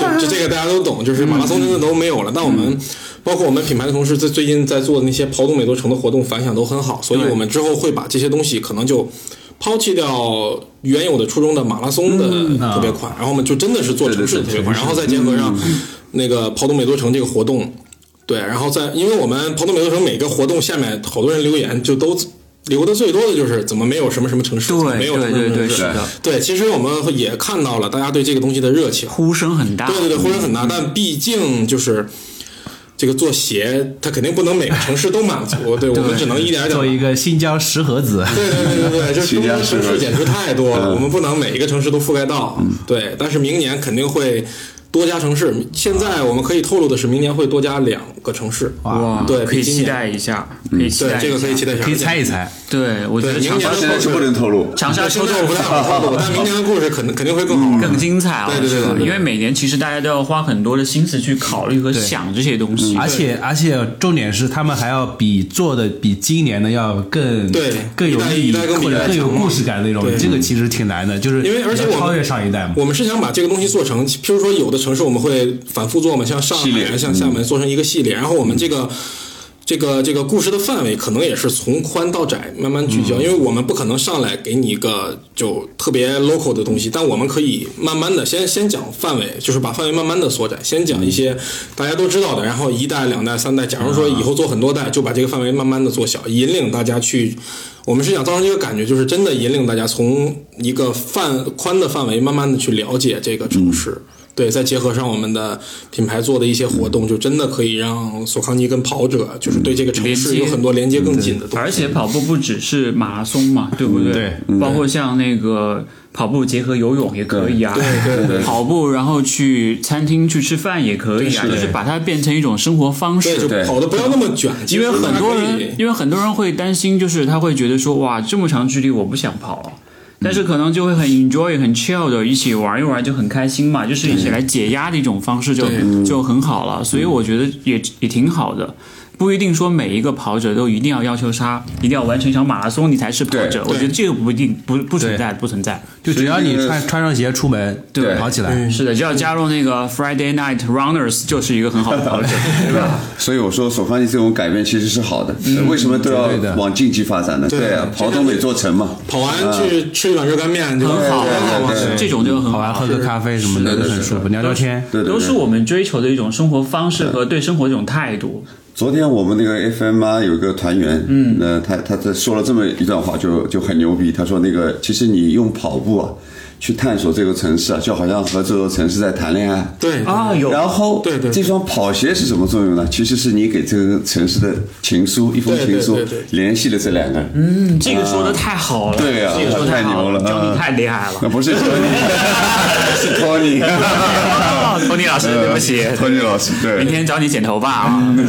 S3: 就就这个大家都懂，就是马拉松真的都没有了。那我
S1: 嗯
S3: 们包括我们品牌的同事，在最近在做的那些跑动美多城的活动，反响都很好，所以我们之后会把这些东西可能就。抛弃掉原有的初衷的马拉松的
S1: 嗯
S3: 特别
S1: 啊
S3: 款，然后我们就真的是做城市的特别款，然后再结合上
S1: 嗯
S3: 那个跑动美多城这个活动，对，然后在因为我们跑动美多城每个活动下面，好多人留言就都留的最多的就是怎么没有什么什么城市，怎么
S1: 对
S3: 没有什么
S1: 对
S3: 什么
S1: 对对，
S3: 城
S1: 是
S3: 市。
S1: 的，
S3: 对，其实我们也看到了大家对这个东西的热情，
S1: 呼声很大。
S3: 对对对，呼声很大，但毕竟就是。这个做鞋，它肯定不能每个城市都满足，对我们只能一点点
S2: 做
S3: 地
S2: 一个新疆石盒子。
S3: 对对对对对，就是中国城市简直太多了，我们不能每一个城市都覆盖到。对，但是明年肯定会多加城市。现在我们可以透露的是，明年会多加两个城市。
S1: 哇，
S3: 对
S1: 可以
S3: 比今
S1: 期
S3: 年
S1: 待一下，可以期
S3: 嗯对
S1: 待，
S3: 这个可以期
S1: 待。
S3: 待一下。
S2: 可以猜一猜，
S1: 对，我觉得
S3: 对
S1: 长
S3: 明
S1: 沙
S3: 年
S4: 现在是不能透露。
S1: 长沙
S3: 对现
S1: 抽
S3: 在
S1: 中
S3: 我不太好透露，但明年的故事肯定肯定会更好玩。
S1: 更精彩啊！
S3: 对对对
S1: 我觉得
S3: 对对
S1: 因为每年其实大家都要花很多的心思去考虑和想这些东西，
S3: 嗯
S2: 而且而且重点是他们还要比做的比今年的要更
S3: 对
S2: 更有
S3: 一代
S2: 意
S3: 一
S2: 义
S3: 代更比
S2: 或
S3: 一代
S2: 者更有
S3: 强嘛
S2: 故事感那种，
S3: 对
S2: 这个其实挺难的，就是
S3: 因为而且
S2: 要
S3: 我们
S2: 超越上一代嘛。
S3: 我们是想把这个东西做成，譬如说有的城市我们会反复做嘛，像上
S4: 系列嗯
S3: 海、像厦门做成一个系列，然后我们这个。这个这个故事的范围可能也是从宽到窄慢慢聚焦，因为我们不可能上来给你一个就特别 local 的东西，但我们可以慢慢的先先讲范围，就是把范围慢慢的缩窄，先讲一些大家都知道的，然后一代、两代、三代，假如说以后做很多代，就把这个范围慢慢的做小，引领大家去我们是想造成一个感觉，就是真的引领大家从一个范宽的范围，慢慢的去了解这个城市。对，再结合上我们的品牌做的一些活动，就真的可以让索康尼跟跑者，就是对这个城市
S1: 连接嗯
S3: 有很多连接更紧的东西。
S1: 而且跑步不只是马拉松
S3: 嗯
S1: 嘛，对不对？
S2: 对
S1: 包括像那个跑步结合游泳也可以啊，
S3: 对对对
S1: 跑步然后去餐厅去吃饭也可以啊，就是把它变成一种生活方式，
S3: 对，就
S4: 对
S3: 跑的不要那么卷，
S1: 因为很多
S3: 其实大家可以
S1: 人，因为很多人会担心，就是他会觉得说，哇，这么长距离我不想跑了。但是可能就会很 enjoy、很 chill 的，一起玩一玩就很开心嘛，就是一起来解压的一种方式就就很好了，所以我觉得也也挺好的，不一定说每一个跑者都一定要要求他一定要完成一场马拉松你才是跑者，我觉得这个不一定不不存在不存在，
S2: 就只要你
S4: 是
S2: 穿穿上鞋出门，
S4: 对
S2: 跑起来，
S1: 是的，只要加入那个 Friday Night Runners 就是一个很好的跑者，对吧？
S4: 所以我说，索康尼这种改变其实是好的，为什么都要
S2: 对的
S4: 往竞技发展呢？对啊，
S3: 这
S4: 跑
S3: 个
S4: 东北做城嘛，
S3: 跑完
S1: 嗯
S3: 去吃一碗热干面就
S1: 很好
S3: 很好
S4: 对
S3: 嘛
S4: 对对。
S1: 这种就很
S2: 跑完
S1: 好
S2: 喝。个咖啡什么的
S4: 是的
S2: 都很舒服，聊聊天。
S4: 对对
S1: 都
S4: 对
S1: 是。我们追求的一种生活方式和对生活这种态度。
S4: 昨天我们那个 FM 啊，有个团员，嗯，那他他这说了这么一段话就，就很牛逼。他说那个，其实你用跑步啊，去探索这个城市啊，就好像和这座城市在谈恋爱。
S3: 对
S1: 啊，有
S4: 然后，
S3: 对对对
S4: 这双跑鞋是什么作用呢？其实是你给这个城市的情书，一封
S3: 对对
S4: 情书
S3: 对对对
S4: 联系了这两个人。
S1: 嗯，这个说的太好了，
S4: 对啊
S1: 这个说得
S4: 太
S1: 好
S4: 牛了
S1: 了，教
S4: 嗯
S1: 你太厉害
S4: 那
S1: 了。
S4: 不是托 尼，是托尼。
S1: 啊托尼老师，对不起，
S4: 托尼老师，对，
S1: 明天找你剪头发啊。
S4: 嗯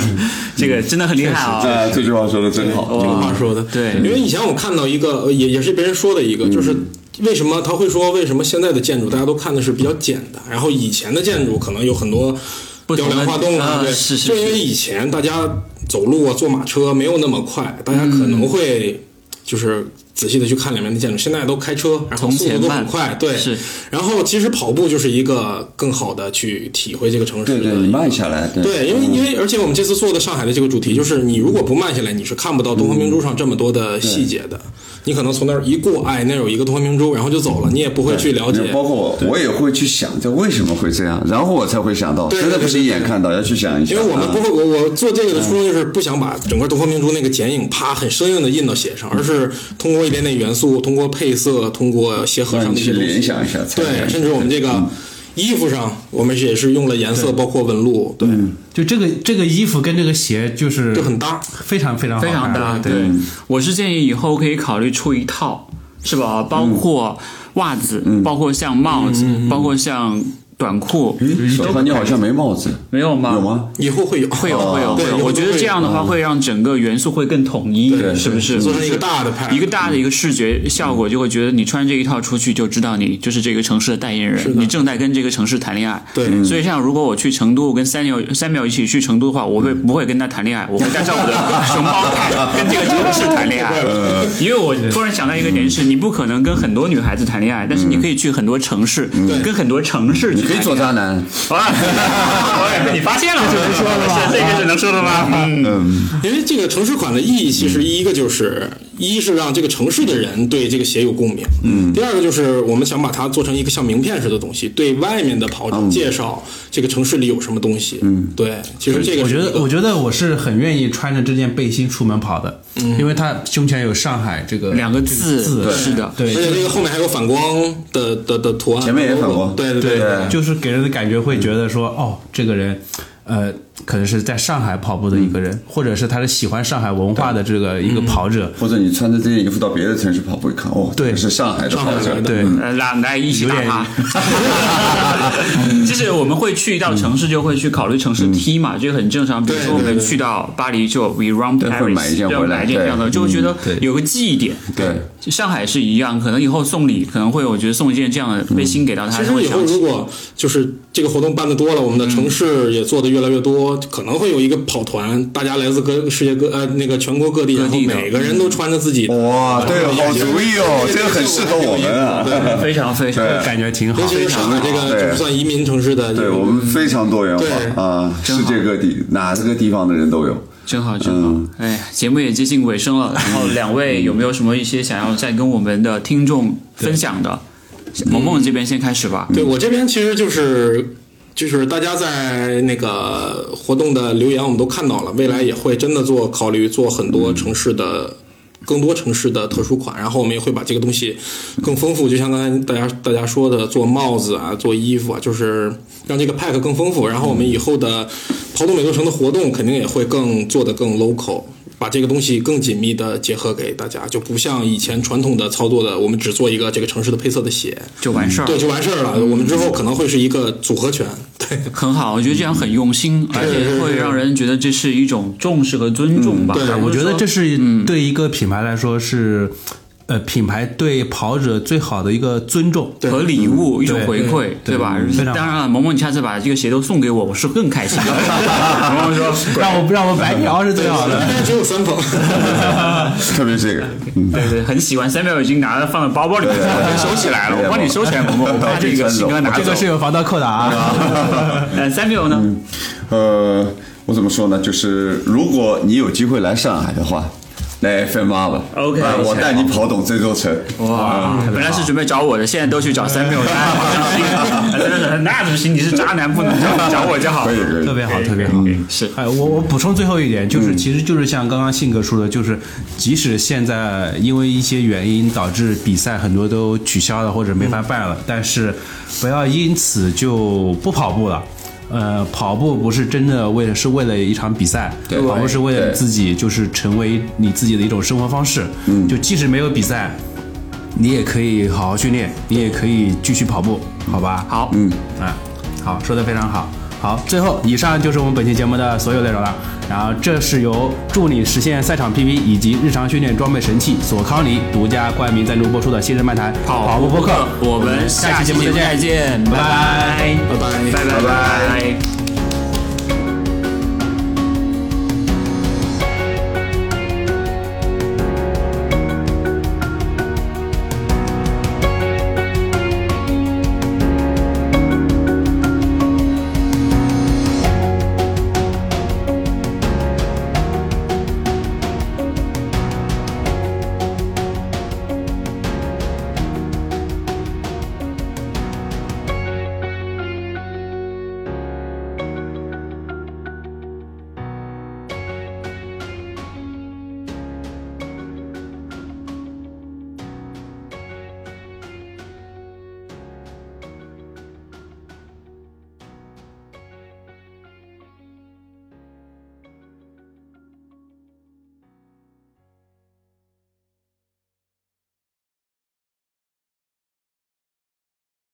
S1: 这个真的很厉害啊！
S4: 啊，这句话说的真好。
S3: 这个话说的。
S1: 对
S3: 啊
S1: 嗯
S3: 因为以前我看到一个，呃也也是别人说的一个，就是为什么他会说为什么现在的建筑大家都看的是比较简单，然后以前的建筑可能有很多
S1: 不
S3: 雕
S1: 同的
S3: 梁画栋啊，
S1: 啊
S3: 对，
S1: 是是
S3: 就因为以前大家走路啊、坐马车没有那么快，大家可能
S1: 嗯
S3: 会就是。仔细的去看里面的建筑，现在都开车，然后
S1: 从
S3: 速
S1: 前
S3: 度都很
S1: 慢
S3: 快，对。
S1: 是
S3: 然后其实跑步就是一个更好的去体会这个城市
S4: 对
S3: 的
S4: 对，你慢下来，对
S3: 对，因为因为而且我们这次做的上海的这个主题，就是你如果不慢下来，你是看不到东方明珠上这么多的细节的。你可能从那儿一过，哎，那儿有一个东方明珠，然后就走了，你也不会去了解。
S4: 包括我，我也会去想，这为什么会这样，然后我才会想到，
S3: 对
S4: 真的不是一眼看到，要去想一下。
S3: 因为我们不
S4: 啊
S3: 会，我我做这个的初衷就是不想把整个东方明珠那个剪影啪很生硬的印到鞋上，而是通过一点点元素，通过配色，通过鞋盒上
S4: 让你
S3: 的一些
S4: 去
S3: 东西
S4: 联想一下，才
S3: 对，甚至我们这个衣服上，我们也是用了颜色，包括纹路，对，
S2: 就这个这个衣服跟这个鞋就是
S3: 就很搭。
S2: 非常非常好
S1: 非常
S2: 看
S4: 嗯
S1: 搭。对，我是建议以后可以考虑出一套，是吧？包
S4: 嗯
S1: 括袜子，包括像帽子，包括像短裤，
S4: 嗯手上你好像没帽子，
S1: 没有吗？
S4: 有？吗？
S3: 以后会有，
S1: 会有会有
S3: 对
S1: 会有，
S3: 以后
S1: 我觉得
S3: 会
S1: 这样的话会让整个元素会更统一，是不是？
S3: 做成一个大的派，
S1: 一个大的一个视觉效果，就会觉得你穿这一套出去，就知道你就是这个城市的代言人，你正在跟这个城市谈恋爱。
S3: 对
S1: 所以像如果我去成都，我跟三秒三秒一起去成都的话，我会不会跟他谈恋爱？我会带上我的熊猫派跟这个城市谈恋爱，因为我突然想到一个点是，你不可能跟很多女孩子谈恋爱，但是你可以去很多城市，跟很多城市去
S4: 你可以
S1: 谈恋爱
S4: 做渣男，
S1: 啊！ 你发现了，只能说了吧？这个只能说了吧？嗯，
S3: 因为这个城市款的意义，其实一个就是，一是让这个城市的人对这个鞋有共鸣，嗯，第二个就是我们想把它做成一个像名片似的东西，对外面的跑者介绍这个城市里有什么东西，嗯，对，其实这个
S2: 我觉
S3: 是一
S2: 得，
S3: 个
S2: 我觉得我是很愿意穿着这件背心出门跑的，
S3: 嗯
S2: 因为它胸前有上海这个
S1: 两个
S2: 这
S1: 字
S2: 字，
S1: 是的
S2: 对，
S3: 而且这个后面还有反光的的的图案，
S4: 前面也反光
S3: 对对对
S4: 对
S2: 就是给人的感觉会觉得说，哦，这个人，呃，可能是在上海跑步的一个人，或者是他是喜欢上海文化的这个一个跑者，
S4: 或者你穿着这件衣服到别的城市跑步，一看哦，
S2: 对
S4: 这是上海的跑
S3: 上海
S4: 者，
S3: 的
S2: 对。
S1: 呃，来来一起打哈
S2: 有，
S1: 就是我们会去到城市就会去考虑城市 T 嘛，这个很正常。比如说我
S3: 对对
S1: 们
S3: 对
S1: 去到巴黎就 We Run
S4: 对
S1: Paris，
S4: 会买一件
S1: 对
S4: 回来
S1: 买一件这样的，
S4: 对
S1: 就会觉得
S2: 对
S1: 有个记忆点。
S4: 对，
S1: 上海是一样，可能以后送礼可能会，我觉得送一件这样的背心给到他，
S3: 其
S1: 他
S3: 实
S1: 会
S3: 以后
S1: 想
S3: 如
S1: 起。
S3: 果就是这个活动办的多了，我们的城市也做的越来越多，可能会有一个跑团，大家来自各世界各呃那个全国各地，然后
S1: 地的
S3: 每个人都穿着自己。
S4: 哇，对，好
S3: 对
S4: 主意哦，这个很适合我们啊，
S1: 非常非常，
S4: 对
S2: 嗯感觉挺好
S3: 尤。其是上海这个
S4: 对
S3: 就不算移民城市的，
S4: 对我们非常多元
S3: 对
S4: 化啊，世界各地哪个地方的人都有。
S1: 真好真好。
S2: 嗯
S1: 哎，节目也接近尾声了，然后两位有没有什么一些想要再跟我们的听众分享的？
S2: 嗯
S1: 萌萌这边先开始吧。
S3: 对我这边其实就是。就是大家在那个活动的留言，我们都看到了，未来也会真的做考虑做很多城市的、更多城市的特殊款，然后我们也会把这个东西更丰富，就像刚才大家大家说的，做帽子啊，做衣服啊，就是让这个 pack 更丰富。然后我们以后的跑动美洲城的活动肯定也会更做得更 local，把这个东西更紧密的结合给大家，就不像以前传统的操作的，我们只做一个这个城市的配色的鞋，
S1: 就完
S2: 啊
S1: 事儿了
S3: 对，就完事儿了。我们之后可能会是一个组合拳，对
S1: 很好，我觉得这样很用心，而且会让人觉得这是一种重视和尊重吧。
S3: 对
S1: 而不
S2: 我觉得
S1: 说
S2: 这是对一个品牌来说是，呃，品牌对跑者最好的一个尊重。
S1: 和礼物一种
S2: 对
S1: 回
S2: 对
S1: 馈，
S2: 对
S1: 吧
S2: 嗯非？常好
S1: 当然了，萌萌，你下次把这个鞋都送给我，我是更开心 的。 萌萌说，
S2: 让我让我白嫖是最好的。
S3: 但是只有 三捧。
S4: 特别是这个，嗯，
S1: 对对，很喜欢。三秒已经拿了放在包包里面，我收起来了，我帮你收起来，萌萌，我 怕这个新哥拿走。
S2: 这 个是有防盗扣的啊。
S1: 呃，三秒呢？
S4: 呃，我怎么说呢？就是如果你有机会来上海的话，来 FM 吧
S1: OK，
S4: 啊我带你跑懂这座城。
S1: 哇，本来是准备找我的，现在都去找三秒，太好伤心了，真的是， 那怎么行？你是渣男，不能找找我就好
S4: 可。以可以
S2: 特，别好，特别好。
S1: 是
S2: 哎，我我补充最后一点，就是、其实就是像刚刚信哥说的，就是即使现在因为一些原因导致比赛很多都取消了或者没法办了，但是不要因此就不跑步了。呃，跑步不是真的为了是为了一场比赛，
S4: 对
S2: 跑步是为了
S4: 对
S2: 自己，就是成为你自己的一种生活方式。嗯，就即使没有比赛，你也可以好好训练，你也可以继续跑步，好吧？
S1: 好，
S2: 啊，好，说的非常好。好，最后以上就是我们本期节目的所有内容了。然后这是由助你实现赛场 PB 以及日常训练装备神器索康尼独家冠名赞助播出的《新人漫谈跑步播客》，
S1: 我们
S2: 下
S1: 下
S2: 期
S1: 期
S2: 节
S1: 节
S2: 目
S1: 目
S2: 再
S1: 再
S2: 见
S1: 见，拜拜，
S3: 拜拜
S1: 拜拜拜。